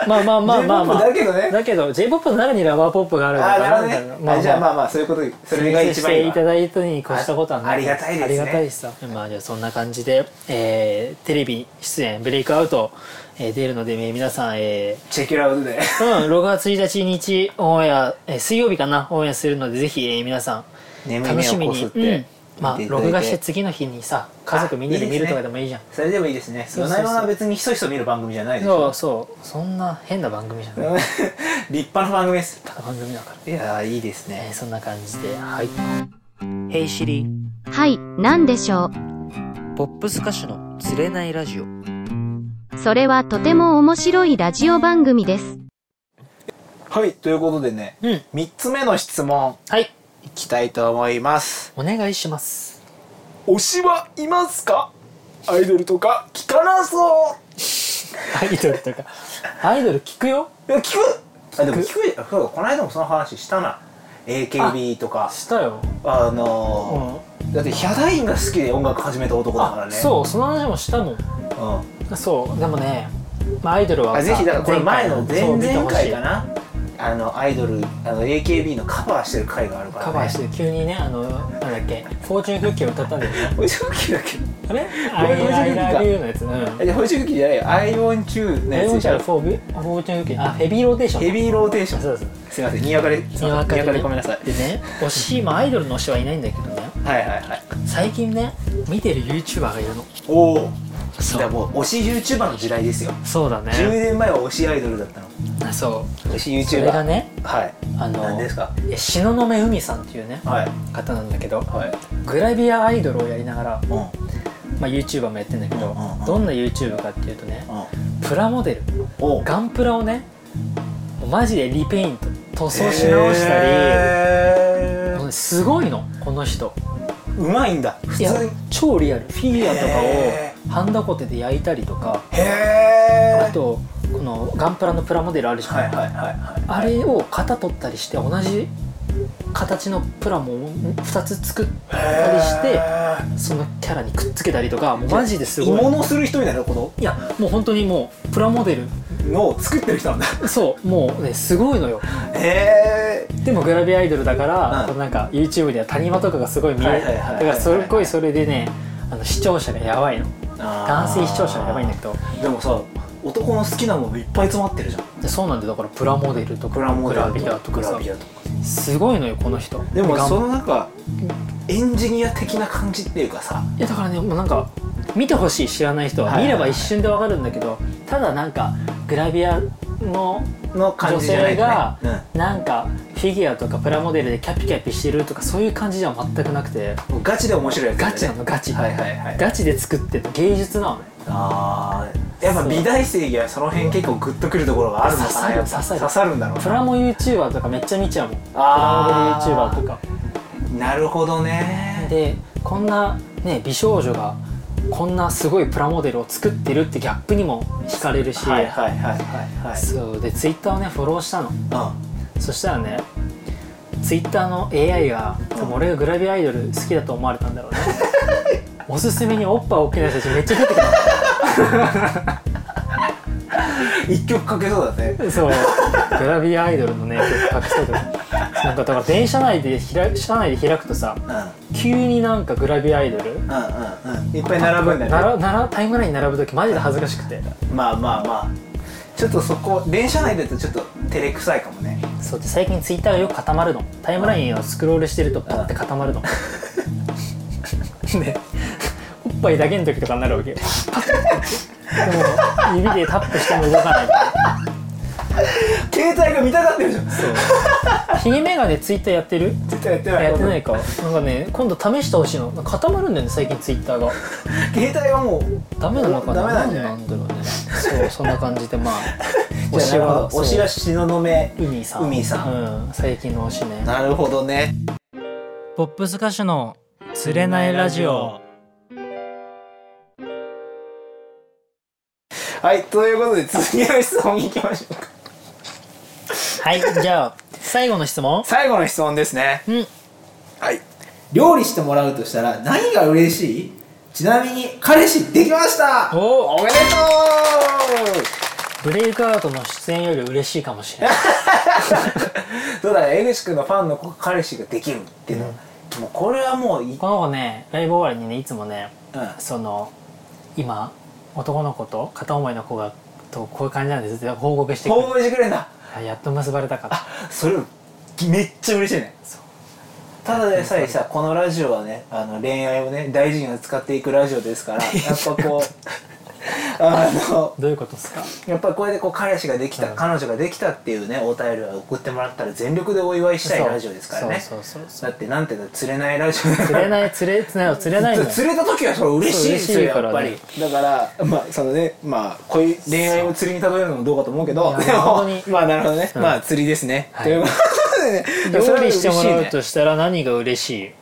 [SPEAKER 1] まあまあまあまあま
[SPEAKER 2] J-POP
[SPEAKER 1] あ
[SPEAKER 2] だけどね
[SPEAKER 1] だけど j p o p の中にラバーポップがある
[SPEAKER 2] ああなるほど
[SPEAKER 1] みたい
[SPEAKER 2] ね、
[SPEAKER 1] な
[SPEAKER 2] あ、じゃあまあまあそういうことそれが一番いい
[SPEAKER 1] してい
[SPEAKER 2] わ
[SPEAKER 1] ただいたに越したことはない
[SPEAKER 2] あありがたいですね
[SPEAKER 1] ありがたいしさまあじゃあそんな感じで、えーテレビ出演ブレイクアウト、えー出るので、えー皆さん、えー
[SPEAKER 2] チェックアウトで
[SPEAKER 1] うん、6月1日日オンエア、えー水曜日かなオンエアするのでぜひ、えー皆さん
[SPEAKER 2] 眠い
[SPEAKER 1] 楽
[SPEAKER 2] 目
[SPEAKER 1] し
[SPEAKER 2] を
[SPEAKER 1] み
[SPEAKER 2] こす
[SPEAKER 1] に、
[SPEAKER 2] って
[SPEAKER 1] うんまあ、
[SPEAKER 2] 見ていただいて
[SPEAKER 1] 録画して次の日にさ家族みんなで見るとかでもいいじゃん
[SPEAKER 2] それでもいいですね
[SPEAKER 1] そうそう
[SPEAKER 2] 夜な
[SPEAKER 1] そう
[SPEAKER 2] 夜な別にひそひそ見る番組じゃないでし
[SPEAKER 1] そ
[SPEAKER 2] ょ
[SPEAKER 1] うそうそんな変な番組じゃない
[SPEAKER 2] 立派な番組です
[SPEAKER 1] 番組だから、
[SPEAKER 2] いやーいいです
[SPEAKER 1] え
[SPEAKER 2] ね
[SPEAKER 1] ーそんな感じではい「Hey Siri
[SPEAKER 6] はい、なんでしょう。
[SPEAKER 5] ポップス歌手の釣れないラジオ
[SPEAKER 6] それはとても面白いラジオ番組です。
[SPEAKER 2] はいということでね、
[SPEAKER 1] うん
[SPEAKER 2] 3つ目の質問
[SPEAKER 1] はい
[SPEAKER 2] いきたいと思います
[SPEAKER 1] お願いします」
[SPEAKER 2] 推しはいますかアイドルとか聞かなそ
[SPEAKER 1] アイドルとかアイドル聞くよ
[SPEAKER 2] ういや聞くあでも聞くそうだこの間もその話したな AKB とか
[SPEAKER 1] したよ、
[SPEAKER 2] あ
[SPEAKER 1] う
[SPEAKER 2] の
[SPEAKER 1] ん
[SPEAKER 2] ーだってヒャダインが好きで音楽始めた男だから
[SPEAKER 1] あ
[SPEAKER 2] ね
[SPEAKER 1] そうその話もしたもん
[SPEAKER 2] うん
[SPEAKER 1] そうでもね、まあ、アイドルは
[SPEAKER 2] あ
[SPEAKER 1] さ
[SPEAKER 2] ぜひだからこれ前の前
[SPEAKER 1] そう見て
[SPEAKER 2] 々
[SPEAKER 1] ほしい
[SPEAKER 2] 回かなあのアイドルあの AKB のカバーしてる回があるから、ね、
[SPEAKER 1] カバーして急にねあのなんだっけフォーチュンクッキーを歌ったんだよね
[SPEAKER 2] 保育器だっ
[SPEAKER 1] あれ
[SPEAKER 2] ごめん
[SPEAKER 1] アイラビューのやつうん
[SPEAKER 2] けじゃ保育器じゃないよアイオンチューの
[SPEAKER 1] レ
[SPEAKER 2] や
[SPEAKER 1] オ
[SPEAKER 2] つ
[SPEAKER 1] ン
[SPEAKER 2] でし
[SPEAKER 1] ちゃん
[SPEAKER 2] ょ
[SPEAKER 1] フォービフォーチュンクッキーあヘビーローテーション
[SPEAKER 2] ヘビーローテーション
[SPEAKER 1] そうそう
[SPEAKER 2] すいませんにわかでに
[SPEAKER 1] にわかで
[SPEAKER 2] でごめんなさい
[SPEAKER 1] でね推しまあアイドルの推しはいないんだけどね
[SPEAKER 2] はいはいはい
[SPEAKER 1] 最近ね見てる YouTuber がいるの
[SPEAKER 2] おおだ
[SPEAKER 1] そ
[SPEAKER 2] からもう推し YouTuber の時代ですよ
[SPEAKER 1] そうだ
[SPEAKER 2] 10
[SPEAKER 1] ね
[SPEAKER 2] 年前は推しアイドルだったの
[SPEAKER 1] そう
[SPEAKER 2] 推し
[SPEAKER 1] それが
[SPEAKER 2] YouTuber
[SPEAKER 1] ね
[SPEAKER 2] はい
[SPEAKER 1] あの
[SPEAKER 2] 何ですか
[SPEAKER 1] いや東雲海さんっていうね
[SPEAKER 2] はい
[SPEAKER 1] 方なんだけど
[SPEAKER 2] はい
[SPEAKER 1] グラビアアイドルをやりながら、
[SPEAKER 2] うん
[SPEAKER 1] まあ、YouTuber もやってんだけど、
[SPEAKER 2] うんうんうん
[SPEAKER 1] どんな YouTuber かっていうとね
[SPEAKER 2] うん
[SPEAKER 1] プラモデル
[SPEAKER 2] お
[SPEAKER 1] ガンプラをねもうマジでリペイント塗装し直したり、もう
[SPEAKER 2] へー
[SPEAKER 1] ねすごいのこの人
[SPEAKER 2] うまいんだ普
[SPEAKER 1] いや
[SPEAKER 2] 通に
[SPEAKER 1] 超リアルフィギュアと
[SPEAKER 2] へ
[SPEAKER 1] かをハンダコテで焼いたりとか
[SPEAKER 2] へえ
[SPEAKER 1] あとこのガンプラのプラモデルあるじゃん、
[SPEAKER 2] はいはいはいはい
[SPEAKER 1] あれを型取ったりして同じ形のプラモを2つ作ったりしてそのキャラにくっつけたりとかもうマジです
[SPEAKER 2] 鋳
[SPEAKER 1] ごい
[SPEAKER 2] 物する人になるこ
[SPEAKER 1] いやもう本当にもうプラモデ
[SPEAKER 2] とのを作ってる人なんだ
[SPEAKER 1] ルそうもうねすごいのよ
[SPEAKER 2] へえ
[SPEAKER 1] でもグラビアアイドルだから、
[SPEAKER 2] うん
[SPEAKER 1] このなんか YouTube では谷間とかがすごい見え
[SPEAKER 2] はい
[SPEAKER 1] る
[SPEAKER 2] はいはいはい
[SPEAKER 1] だからすっごいそれでねあの視聴者がやばいの男
[SPEAKER 2] 男
[SPEAKER 1] 性視聴者がやばいんだけど
[SPEAKER 2] でもさ男の好きなものいっぱい詰まってるじゃん
[SPEAKER 1] でそうなんでだからプラモデルとか
[SPEAKER 2] プラモデルと
[SPEAKER 1] グラビアとか
[SPEAKER 2] グラ
[SPEAKER 1] さ
[SPEAKER 2] ビアとか
[SPEAKER 1] すごいのよこの人
[SPEAKER 2] でもそ
[SPEAKER 1] の
[SPEAKER 2] のなんかエンジニア的な感じっていうかさ
[SPEAKER 1] いやだからねもうなんか見てほしい知らない人は
[SPEAKER 2] は
[SPEAKER 1] 見
[SPEAKER 2] いはい
[SPEAKER 1] れ
[SPEAKER 2] はい
[SPEAKER 1] ば一瞬でわかるんだけどただなんかグラビアの
[SPEAKER 2] の感
[SPEAKER 1] 女
[SPEAKER 2] じじゃな
[SPEAKER 1] 性
[SPEAKER 2] いと
[SPEAKER 1] が
[SPEAKER 2] ね
[SPEAKER 1] なんかフィギュアとかプラモデルでキャピキャピしてるとかそういう感じじゃ全くなくて
[SPEAKER 2] うん、もうガチで面白いやつだ
[SPEAKER 1] ガ
[SPEAKER 2] よね
[SPEAKER 1] チなのガチ
[SPEAKER 2] はいはいはい
[SPEAKER 1] ガチで作ってる芸術なのね
[SPEAKER 2] あーやっぱ美大生にはその辺結構グッとくるところがあるのかな
[SPEAKER 1] 刺さる
[SPEAKER 2] やっぱ
[SPEAKER 1] 刺さる
[SPEAKER 2] 刺さるんだろう
[SPEAKER 1] プ
[SPEAKER 2] な
[SPEAKER 1] ラモ YouTuber とかめっちゃ見ちゃうもんプラ
[SPEAKER 2] あー
[SPEAKER 1] モデル YouTuber とか
[SPEAKER 2] なるほどね
[SPEAKER 1] でこんな、ね、美少女がこんなすごいプラモデルを作ってるってギャップにも惹かれるし、
[SPEAKER 2] はいはいはいはいはい
[SPEAKER 1] そうでツイッターをねフォローしたの
[SPEAKER 2] う
[SPEAKER 1] そしたらねツイッターの AI が多分俺がグラビアアイドル好きだと思われたんだろうね おすすめにおっぱい大きい人たちめっちゃ出てく
[SPEAKER 2] ん一曲かけそうだね
[SPEAKER 1] るそうグラビアアイドルのね曲書きそうだなんかだから電車内でひら車内で開くとさ
[SPEAKER 2] うん
[SPEAKER 1] 急になんかグラビアアイドル
[SPEAKER 2] うんうんうんいっぱい並ぶんだ
[SPEAKER 1] な
[SPEAKER 2] よね
[SPEAKER 1] らならタイムラインに並ぶ時マジで恥ずかしくて
[SPEAKER 2] まあまあまあちょっとそこ電車内だとちょっと照れくさいかもね
[SPEAKER 1] そうで最近ツイッターがよく固まるのタイムラインをスクロールしてるとパッて固まるのでおっぱいだけの時とかになるわけよパッてでも指でタップしても動かない
[SPEAKER 2] 携帯が見たがってるじゃん
[SPEAKER 1] ひげ眼鏡ツイッターやってる
[SPEAKER 2] 絶対やってない
[SPEAKER 1] やってないかなんかね今度試してほしいの固まるんだよね最近ツイッターが
[SPEAKER 2] 携帯はもう
[SPEAKER 1] ダメなのかな
[SPEAKER 2] ダメなんじゃない
[SPEAKER 1] んだろうねそうそんな感じでま あ
[SPEAKER 2] 推しは推しは東雲
[SPEAKER 1] 海さん
[SPEAKER 2] 海さ
[SPEAKER 1] うん、最近の推しね
[SPEAKER 2] なるほどね
[SPEAKER 1] ポップス歌手の釣れないラジオ
[SPEAKER 2] はいということで次の質問に行きましょうか
[SPEAKER 1] はいじゃあ最後の質問
[SPEAKER 2] 最後の質問ですね
[SPEAKER 1] うん
[SPEAKER 2] はい料理してもらうとしたら何が嬉しいちなみに彼氏できました
[SPEAKER 1] お
[SPEAKER 2] おめでと
[SPEAKER 1] ブ
[SPEAKER 2] う
[SPEAKER 1] レイクアウトの出演より嬉しいかもしれない
[SPEAKER 2] そうだね江口君のファンの子が彼氏ができるっていうのは、もうこれはもうい、うん、
[SPEAKER 1] この子ねライブ終わりにねいつもね
[SPEAKER 2] あ
[SPEAKER 1] その今男の子と片思いの子がとこういう感じなんですって報告してく
[SPEAKER 2] 報
[SPEAKER 1] る
[SPEAKER 2] 告してくれんだ
[SPEAKER 1] あやっと結ばれたから
[SPEAKER 2] それめっちゃ嬉しいねただでさえさこのラジオはねあの恋愛をね大事に扱って いくラジオですからやっぱこうあの
[SPEAKER 1] どういうことですか
[SPEAKER 2] やっぱりこれでこう彼氏ができた、
[SPEAKER 1] うん
[SPEAKER 2] 彼女ができたっていうねお便りを送ってもらったら全力でお祝いしたいラジオですからね
[SPEAKER 1] そうそうそうそう
[SPEAKER 2] だってなんていうの釣れないラジオだか
[SPEAKER 1] 釣れ
[SPEAKER 2] ら
[SPEAKER 1] ない釣れ釣れない釣れないのよ
[SPEAKER 2] 釣れた時はそれ嬉しいです
[SPEAKER 1] そう
[SPEAKER 2] よ
[SPEAKER 1] 嬉しいか
[SPEAKER 2] やっぱ
[SPEAKER 1] らね
[SPEAKER 2] りだからまあそのねまあこういう恋愛を釣りに例えるのもどうかと思うけど
[SPEAKER 1] そうい
[SPEAKER 2] で
[SPEAKER 1] や
[SPEAKER 2] も
[SPEAKER 1] 本当に
[SPEAKER 2] まあなるほどね、
[SPEAKER 1] うん
[SPEAKER 2] まあ釣りですね、
[SPEAKER 1] はい
[SPEAKER 2] ということでねでもそ
[SPEAKER 1] 料
[SPEAKER 2] れは
[SPEAKER 1] 理してもらう
[SPEAKER 2] 嬉
[SPEAKER 1] としたら何が嬉しい
[SPEAKER 2] しいね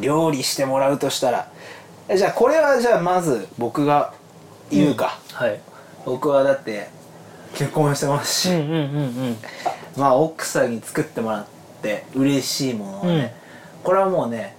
[SPEAKER 2] 料理してもらうとしたらえじゃあこれはじゃあまず僕が言うか、
[SPEAKER 1] はい
[SPEAKER 2] 僕はだって結婚してますし、
[SPEAKER 1] うんうんうんうん
[SPEAKER 2] まあ奥さんに作ってもらって嬉しいものはね、これはもうね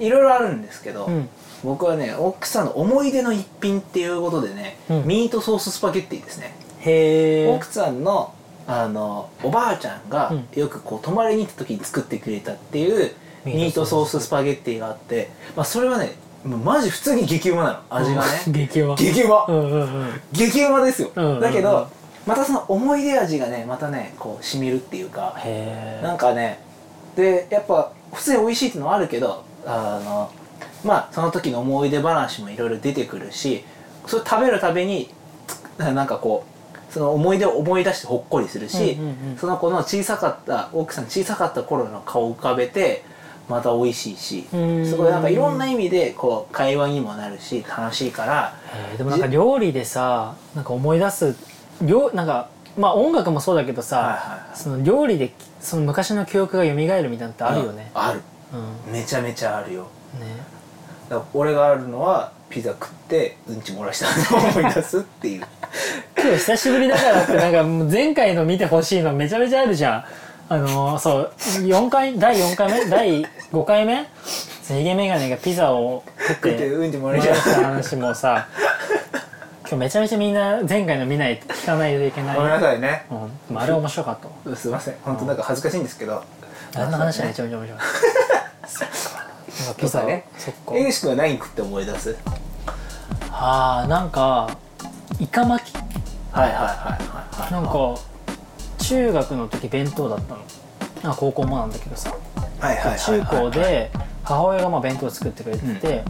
[SPEAKER 2] いろいろあるんですけど、
[SPEAKER 1] うん
[SPEAKER 2] 僕はね奥さんの思い出の一品っていうことでね、
[SPEAKER 1] うん
[SPEAKER 2] ミートソーススパゲッティですね、
[SPEAKER 1] へえ
[SPEAKER 2] 奥さんのあのおばあちゃんが
[SPEAKER 1] うん
[SPEAKER 2] よくこう泊まりに行った時に作ってくれたっていうミートソーススパゲッティがあって、まあ、それはねもうマジ普通に激うまなの味がね、
[SPEAKER 1] 激うま
[SPEAKER 2] 激うま、
[SPEAKER 1] うんうんうん
[SPEAKER 2] 激うまですよ、
[SPEAKER 1] うんうんうん
[SPEAKER 2] だけどまたその思い出味がねまたねこう染みるっていうか、
[SPEAKER 1] へ
[SPEAKER 2] な
[SPEAKER 1] え
[SPEAKER 2] んかねでやっぱ普通に美味しいっていうのはあるけどあのまあその時の思い出話もいろいろ出てくるしそれ食べるたびにつなんかこうその思い出を思い出してほっこりするし、
[SPEAKER 1] うんうんうん
[SPEAKER 2] その子の小さかった奥さん小さかった頃の顔を浮かべてまた美味しいし
[SPEAKER 1] うん
[SPEAKER 2] すごいなんかいろんな意味でこう会話にもなるし楽しいから
[SPEAKER 1] へーでもなんか料理でさなんか思い出す料なんかまあ音楽もそうだけどさ、
[SPEAKER 2] はいはいはい
[SPEAKER 1] その料理でその昔の記憶が蘇るみたいなのってあるよね、
[SPEAKER 2] ある
[SPEAKER 1] うん
[SPEAKER 2] めちゃめちゃあるよ
[SPEAKER 1] ね
[SPEAKER 2] だから俺があるのはピザ食ってうんち漏らしたのを思い出すっていう
[SPEAKER 1] 今日久しぶりだからってなんかもう前回の見てほしいのめちゃめちゃあるじゃんあのーそう4回第4回目第5回目ヒゲメガネがピザを食
[SPEAKER 2] 食
[SPEAKER 1] っ
[SPEAKER 2] って
[SPEAKER 1] て
[SPEAKER 2] うんち
[SPEAKER 1] 漏
[SPEAKER 2] 漏ら
[SPEAKER 1] ら
[SPEAKER 2] しちゃう
[SPEAKER 1] した話もさ今日めちゃめちゃみんな前回の見ない聞かないといけない
[SPEAKER 2] ごめんなさいね
[SPEAKER 1] うん、でもあれ面白かったわ
[SPEAKER 2] すいません本当なんか恥ずかしいんですけど
[SPEAKER 1] あんな話はめちゃめちゃ面白かった。なんかピザ
[SPEAKER 2] とかね
[SPEAKER 1] そっか
[SPEAKER 2] 江。口君は何食って思い出す
[SPEAKER 1] ああなんかイカ巻き
[SPEAKER 2] はいはいはいはい
[SPEAKER 1] なんか中学の時弁当だったのあ高校もなんだけどさ
[SPEAKER 2] はいはいはい
[SPEAKER 1] 中
[SPEAKER 2] は
[SPEAKER 1] 高
[SPEAKER 2] い
[SPEAKER 1] で母親がまあ弁当作ってくれてて、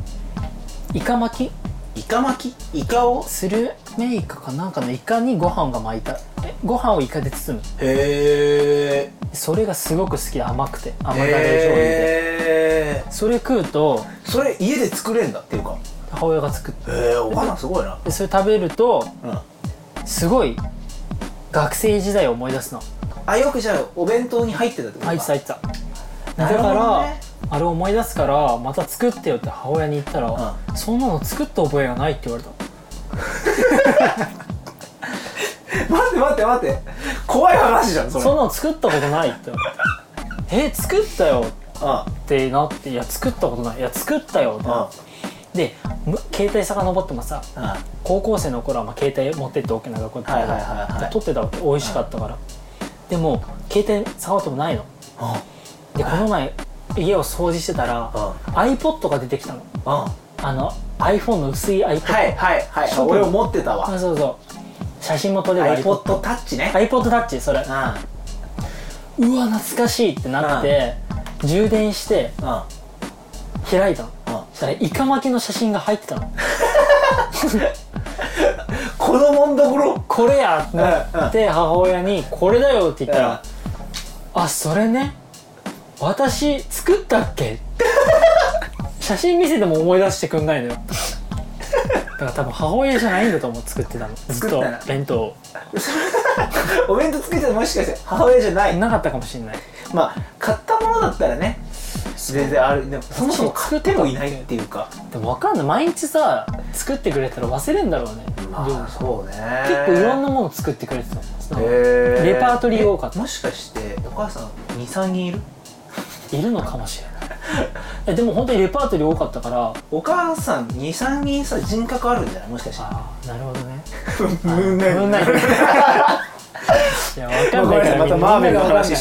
[SPEAKER 1] イカ巻き
[SPEAKER 2] イカ巻きイカを
[SPEAKER 1] スルメイカかなんかのイカにご飯が巻いたえご飯をイカで包む
[SPEAKER 2] へえ
[SPEAKER 1] それがすごく好きで甘くて甘だれ醤油で
[SPEAKER 2] へえ
[SPEAKER 1] それ食うと
[SPEAKER 2] それ家で作れんだっていうか
[SPEAKER 1] 母親が作って
[SPEAKER 2] へえお母さんすごいな
[SPEAKER 1] でそれ食べると
[SPEAKER 2] うん
[SPEAKER 1] すごい学生時代を思い出すの
[SPEAKER 2] あよくじゃあお弁当に入ってたってことか
[SPEAKER 1] 入ってた入ってただ
[SPEAKER 2] な
[SPEAKER 1] か
[SPEAKER 2] るほどね
[SPEAKER 1] ら、あれ思い出すからまた作ってよって母親に言ったら、
[SPEAKER 2] う
[SPEAKER 1] そんなの作った覚えがないって言われた
[SPEAKER 2] 待って待って待って怖い話じゃんそれ
[SPEAKER 1] そんなの作ったことないって言われたえ作ったよ
[SPEAKER 2] あ
[SPEAKER 1] ってなっていや作ったことないいや作ったよってな
[SPEAKER 2] あ
[SPEAKER 1] ってでむ携帯遡ってもさ
[SPEAKER 2] あ
[SPEAKER 1] 高校生の頃はまあ携帯持ってって大きな学校だったから、
[SPEAKER 2] はいはいはいはい
[SPEAKER 1] 撮ってたわけ美味しかったから、でも携帯触ってもないの
[SPEAKER 2] あ
[SPEAKER 1] でこの前家を掃除してたら、
[SPEAKER 2] あ
[SPEAKER 1] iPod が出てきたの
[SPEAKER 2] あ
[SPEAKER 1] あの iPhone の薄い iPod、
[SPEAKER 2] はいはいはい
[SPEAKER 1] そう
[SPEAKER 2] 俺を持ってた
[SPEAKER 1] あ
[SPEAKER 2] わ
[SPEAKER 1] そうそう写真も撮れる
[SPEAKER 2] iPod タッチね
[SPEAKER 1] iPod タッチそれ
[SPEAKER 2] うん
[SPEAKER 1] うわ懐かしいってなって、充電して
[SPEAKER 2] うん
[SPEAKER 1] 開いたの、
[SPEAKER 2] うん
[SPEAKER 1] そしたらイカ巻きの写真が入ってたの
[SPEAKER 2] 子供んどころ
[SPEAKER 1] これやってなって母親に「これだよ」って言ったら「あそれね私作ったっ け? 」写真見せても思い出してくんないのよだから多分母親じゃないんだと思う作ってたのずっ
[SPEAKER 2] 作
[SPEAKER 1] と
[SPEAKER 2] ったの
[SPEAKER 1] 弁当を
[SPEAKER 2] お弁当作ってたのもしかして母親じゃない
[SPEAKER 1] なかったかもしれない
[SPEAKER 2] まあ買ったものだったらね全然あるでもそもそも買ってもいないっていうか
[SPEAKER 1] でも分かんない毎日さ作ってくれたら忘れんだろうね、料理
[SPEAKER 2] そうね
[SPEAKER 1] 結構いろんなもの作ってくれてたそのレ
[SPEAKER 2] レ
[SPEAKER 1] パートリー多かった
[SPEAKER 2] もしかしてお母さん23人いる
[SPEAKER 1] いるのかもしれないえでも本当にレパートリー多かったから
[SPEAKER 2] お母さん23人さ人格あるんじゃないもしかして
[SPEAKER 1] ああなるほどね
[SPEAKER 2] 無
[SPEAKER 1] ム ーンナイトいや分かんないから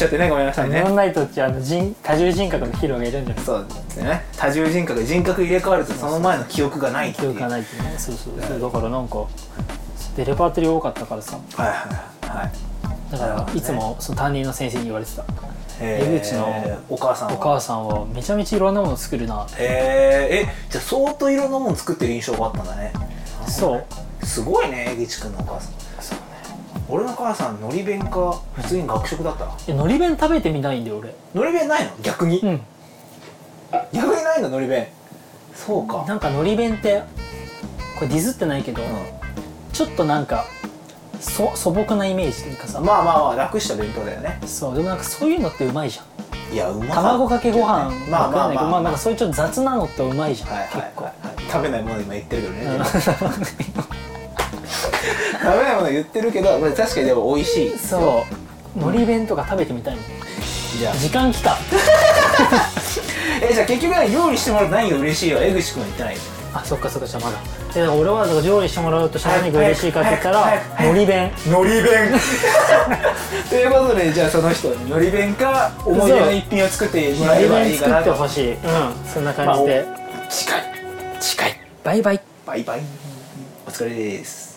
[SPEAKER 2] てねごめんなさ
[SPEAKER 1] ムーンナイトってあの人多重人格のヒーローがいるんじゃない
[SPEAKER 2] そうですね多重人格人格入れ替わるとその前の記憶がないって
[SPEAKER 1] 記
[SPEAKER 2] いう
[SPEAKER 1] 憶が
[SPEAKER 2] はい
[SPEAKER 1] ないってねそうそうそうだからなんかでレパートリー多かったからさ
[SPEAKER 2] はいはい
[SPEAKER 1] だからいつもその担任の先生に言われてた
[SPEAKER 2] えー
[SPEAKER 1] 江口の
[SPEAKER 2] お母さんは
[SPEAKER 1] お母さんはめちゃめちゃいろんなもの作るなって
[SPEAKER 2] へええじゃあ相当いろんなもの作ってる印象があったんだね
[SPEAKER 1] そう
[SPEAKER 2] すごいね江口くんのお母さん
[SPEAKER 1] そうね
[SPEAKER 2] 俺のお母さんのり弁か普通に学食だったな
[SPEAKER 1] えのり弁食べてみないんだよ俺
[SPEAKER 2] のり弁ないの逆に、
[SPEAKER 1] うん
[SPEAKER 2] 逆にないののり弁そうか
[SPEAKER 1] なんかのり弁ってこれディズってないけど、
[SPEAKER 2] う
[SPEAKER 1] ちょっとなんかそ素朴なイメージというかさ、
[SPEAKER 2] ん、まあまあまあ楽した弁当だよね
[SPEAKER 1] そうでもなんかそういうのってうまいじゃん
[SPEAKER 2] いやうまい
[SPEAKER 1] 卵かけご飯
[SPEAKER 2] まあ
[SPEAKER 1] わか
[SPEAKER 2] まあ
[SPEAKER 1] んないけど
[SPEAKER 2] まあ
[SPEAKER 1] まあなんかそういうちょっと雑なのってうまいじゃん、
[SPEAKER 2] はいはい
[SPEAKER 1] 結構、
[SPEAKER 2] はいはい食べないもの今言ってるけどね、
[SPEAKER 1] うん
[SPEAKER 2] 食べないもの言ってるけどこれ確かにでも美味しい
[SPEAKER 1] そうのり弁とか食べてみたいの
[SPEAKER 2] じゃあ
[SPEAKER 1] 時間来た
[SPEAKER 2] えじゃあ結局は料理してもらうと何が嬉しいよ江口くんは言ってないよ
[SPEAKER 1] あそっかそっかじゃあまだで俺はだから料理してもらうとしたら何が嬉しいかって言った
[SPEAKER 2] はい
[SPEAKER 1] ら
[SPEAKER 2] はいはい
[SPEAKER 1] のり弁
[SPEAKER 2] のり弁 ということでじゃあその人にのり弁か思い出の一品を作っても
[SPEAKER 1] の
[SPEAKER 2] らえ
[SPEAKER 1] り
[SPEAKER 2] ればい
[SPEAKER 1] 弁
[SPEAKER 2] いか
[SPEAKER 1] 作
[SPEAKER 2] な
[SPEAKER 1] って
[SPEAKER 2] と
[SPEAKER 1] ほしいうんそんな感じで、
[SPEAKER 2] まあお近い近い
[SPEAKER 1] バイバイ
[SPEAKER 2] バイバイお疲れです